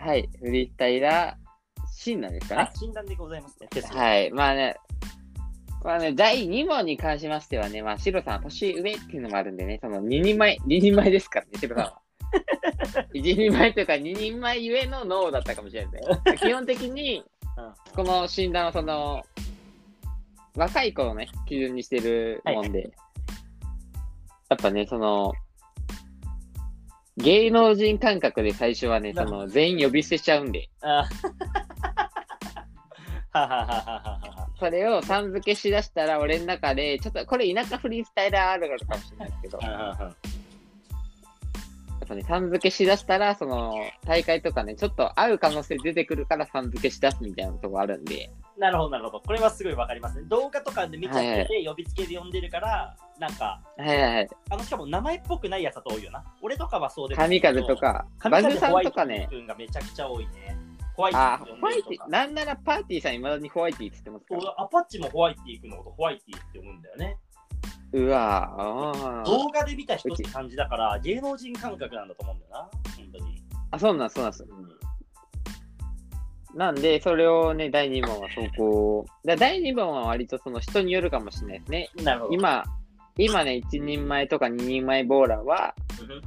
[SPEAKER 2] はい。フリースタイラーシーンなんですか
[SPEAKER 1] あ
[SPEAKER 2] ね。
[SPEAKER 1] 診断でございますね。テスト。
[SPEAKER 2] はい。まあね、まあね、第2問に関しましてはね、まあ、シロさんは年上っていうのもあるんでね、その2人前、2人前ですからね、シロさんは。1 人前というか2人前ゆえの脳だったかもしれないです ね。基本的に
[SPEAKER 1] うん、
[SPEAKER 2] この診断はその、若い子をね、基準にしてるもんで、やっぱね、その、芸能人感覚で最初はね、その全員呼び捨てしちゃうんで、
[SPEAKER 1] あーはははははは。
[SPEAKER 2] それをさん付けしだしたら、俺の中で、ちょっとこれ田舎フリースタイラーあるあるかもしれないですけど、
[SPEAKER 1] う
[SPEAKER 2] や
[SPEAKER 1] んうんうん
[SPEAKER 2] っぱね、さん付けしだしたら、その、大会とかね、ちょっと合う可能性出てくるから、さん付けしだすみたいなとこあるんで、
[SPEAKER 1] なるほど、なるほど。これはすごいわかりますね。動画とかで見ちゃっ
[SPEAKER 2] はい
[SPEAKER 1] てて、呼びつけで呼んでるから、なんか、
[SPEAKER 2] はいはいはい、
[SPEAKER 1] あの、しかも名前っぽくないやつだと多いよな。俺とかはそうでもない
[SPEAKER 2] 神
[SPEAKER 1] けど
[SPEAKER 2] 風と、か、バ
[SPEAKER 1] 神
[SPEAKER 2] ズ
[SPEAKER 1] 風
[SPEAKER 2] さ
[SPEAKER 1] ホワ
[SPEAKER 2] ん
[SPEAKER 1] イ
[SPEAKER 2] と
[SPEAKER 1] ト
[SPEAKER 2] かね、
[SPEAKER 1] 君がめちゃくちゃ多いね。ホワイティ
[SPEAKER 2] あ
[SPEAKER 1] 君、
[SPEAKER 2] ホ
[SPEAKER 1] 呼
[SPEAKER 2] ワ
[SPEAKER 1] んで
[SPEAKER 2] イ
[SPEAKER 1] る
[SPEAKER 2] テ
[SPEAKER 1] と
[SPEAKER 2] ィ、
[SPEAKER 1] か。
[SPEAKER 2] なんならパーティーさん、いまだにホワイティって言ってますから。
[SPEAKER 1] 俺アパッチもホワイティ君のことホワイティって呼ぶんだよね。
[SPEAKER 2] うわぁ、あ
[SPEAKER 1] 動画で見た人って感じだから、芸能人感覚なんだと思うんだよな。本当に。
[SPEAKER 2] あ、そうなんです、そうなんです。なんで、それをね、第2問はそうこう、だ第2問は割とその人によるかもしれないですね。
[SPEAKER 1] うん、なるほど。
[SPEAKER 2] 今、今ね、1人前とか2人前ボーラーは、
[SPEAKER 1] うんうん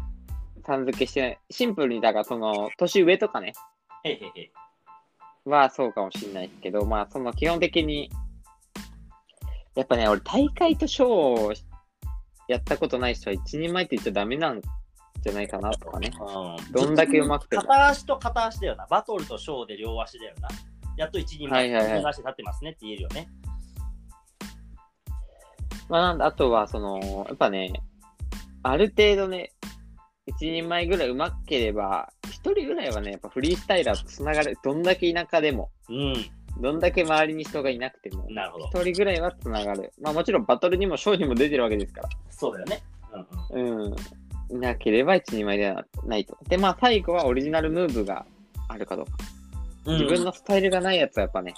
[SPEAKER 2] さん付けしてない。シンプルに、だからその、年上とかね、
[SPEAKER 1] へいへいへい。
[SPEAKER 2] はそうかもしれないですけど、まあ、その基本的に、やっぱね、俺、大会とショーをやったことない人は、1人前って言っちゃダメなんじゃないかなとかね。
[SPEAKER 1] うん
[SPEAKER 2] どんだけうまくても
[SPEAKER 1] 片足と片足だよな。バトルとショーで両足だよな。やっと一人
[SPEAKER 2] は
[SPEAKER 1] 前、
[SPEAKER 2] いはいはい
[SPEAKER 1] 両足立ってますねって言えるよね。
[SPEAKER 2] まあ、なんであとは、その、やっぱね、ある程度ね、一人前ぐらいうまければ、一人ぐらいはね、やっぱフリースタイラーとつながる。どんだけ田舎でも、
[SPEAKER 1] うん。
[SPEAKER 2] どんだけ周りに人がいなくても、
[SPEAKER 1] なるほど。
[SPEAKER 2] 一人ぐらいはつながる。まあもちろんバトルにもショーにも出てるわけですから。
[SPEAKER 1] そうだよね。うんうん
[SPEAKER 2] うん。いなければ一人前ではないと。で、まあ最後はオリジナルムーブがあるかどうか。
[SPEAKER 1] うん
[SPEAKER 2] 自分のスタイルがないやつはやっぱね、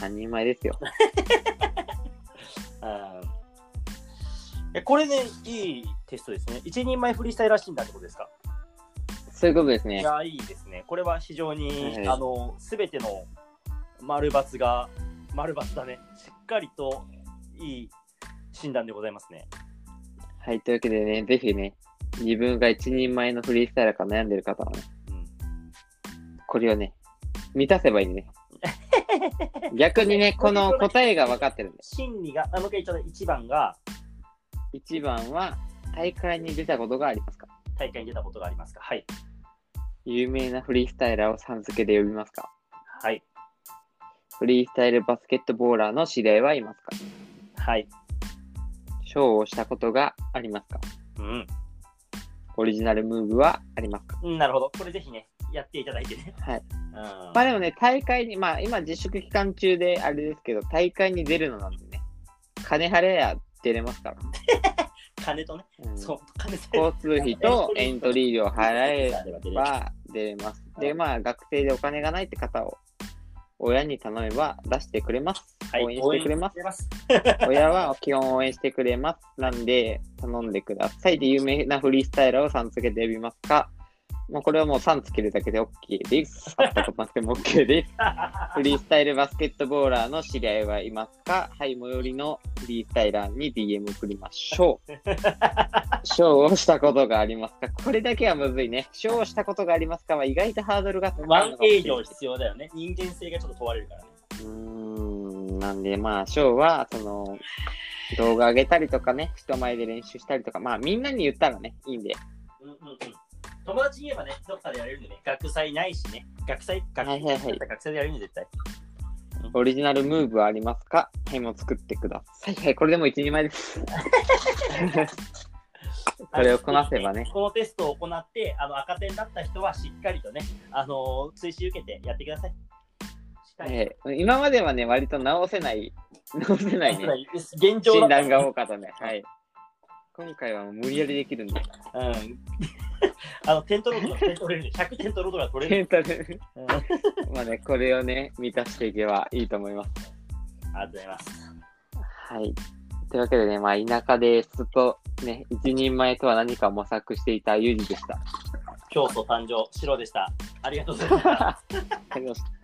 [SPEAKER 2] 半人前ですよ。
[SPEAKER 1] うんえこれね、いいテストですね。一人前フリースタイルらしいんだってことですか。
[SPEAKER 2] そういうことですね
[SPEAKER 1] い。や、いいですね。これは非常に、
[SPEAKER 2] はい
[SPEAKER 1] あの、すべての丸×が、丸×だね。しっかりといい診断でございますね。
[SPEAKER 2] はい、というわけでね、ぜひね、自分が一人前のフリースタイルか悩んでる方はね、
[SPEAKER 3] うん
[SPEAKER 2] これをね、満たせばいいね。逆にね、この答えが分かってるんで。
[SPEAKER 1] 心理が、あもう一回言っちゃった一番が
[SPEAKER 2] 一番は、大会に出たことがありますか
[SPEAKER 1] 大会に出たことがありますかはい。
[SPEAKER 2] 有名なフリースタイラーをさん付けで呼びますか
[SPEAKER 1] はい。
[SPEAKER 2] フリースタイルバスケットボーラーの知り合いはいますか
[SPEAKER 1] はい。
[SPEAKER 2] ショーをしたことがありますか
[SPEAKER 1] うん。
[SPEAKER 2] オリジナルムーブはありますか
[SPEAKER 1] うんなるほど。これぜひね、やっていただいてね。
[SPEAKER 2] はい。
[SPEAKER 1] うん。ま
[SPEAKER 2] まあでもね、大会に、まあ今自粛期間中であれですけど、大会に出るのなんでね、金払えや出れますから。
[SPEAKER 1] 金とね、
[SPEAKER 2] うん
[SPEAKER 1] そう、金さえ
[SPEAKER 2] 交通費と エントリー料払え
[SPEAKER 1] あれば出れる
[SPEAKER 2] ば出れます。で、まあ学生でお金がないって方を親に頼めば出してくれます。
[SPEAKER 1] はい
[SPEAKER 2] 応援してくれます。
[SPEAKER 1] 応援してくれ
[SPEAKER 2] 親は基本応援してくれます。なんで、頼んでください。で、有名なフリースタイラーを3つけて呼びますかまあ、これはもう3つけるだけで OK です。会ったことなくても OK です。 フリースタイルバスケットボーラーの知り合いはいますかはい、最寄りのフリースタイラーに DM 送りましょ う。ショーをしたことがありますかこれだけはむずいね。ショーをしたことがありますかは意外とハードルが高いの
[SPEAKER 1] ワ
[SPEAKER 2] か
[SPEAKER 1] ン
[SPEAKER 2] もしれない
[SPEAKER 1] 営業必要だよね。人間性がちょっと問われるからね。
[SPEAKER 2] うーんなんでまあ、ショーは、その、動画上げたりとかね、人前で練習したりとか、まあ、みんなに言ったらね、いいんで。
[SPEAKER 1] うんうんうん。友達に言えばね、どっかでやれるんでね。学祭ないしね。学祭、学
[SPEAKER 2] はいはいはい
[SPEAKER 1] 学祭でやれるんで絶対。
[SPEAKER 2] オリジナルムーブはありますかはい、もう作ってください。はい、これでも一人前です。これをこなせばね
[SPEAKER 1] このテストを行って、あの赤点だった人はしっかりとね、あのー、追試受けてやってください。しっかり
[SPEAKER 2] えー今まではね、割と直せない、直せないね、
[SPEAKER 1] 現状だ
[SPEAKER 2] 診断が多かったね。はい。今回はもう無理やりできるんで。
[SPEAKER 1] うん。あの、点取ろうとか点取れるんで、100点取ろうとか取れ る。
[SPEAKER 2] メンタル
[SPEAKER 1] うんありがと
[SPEAKER 2] まあね、これをね、満たしていけばいいと思います。
[SPEAKER 1] うございます。
[SPEAKER 2] はい。というわけでね、まあ、田舎でずっとね、一人前とは何かを模索していたユージでした。
[SPEAKER 1] 競争誕生、白でした。ありがとうございます。
[SPEAKER 2] ありがとうございました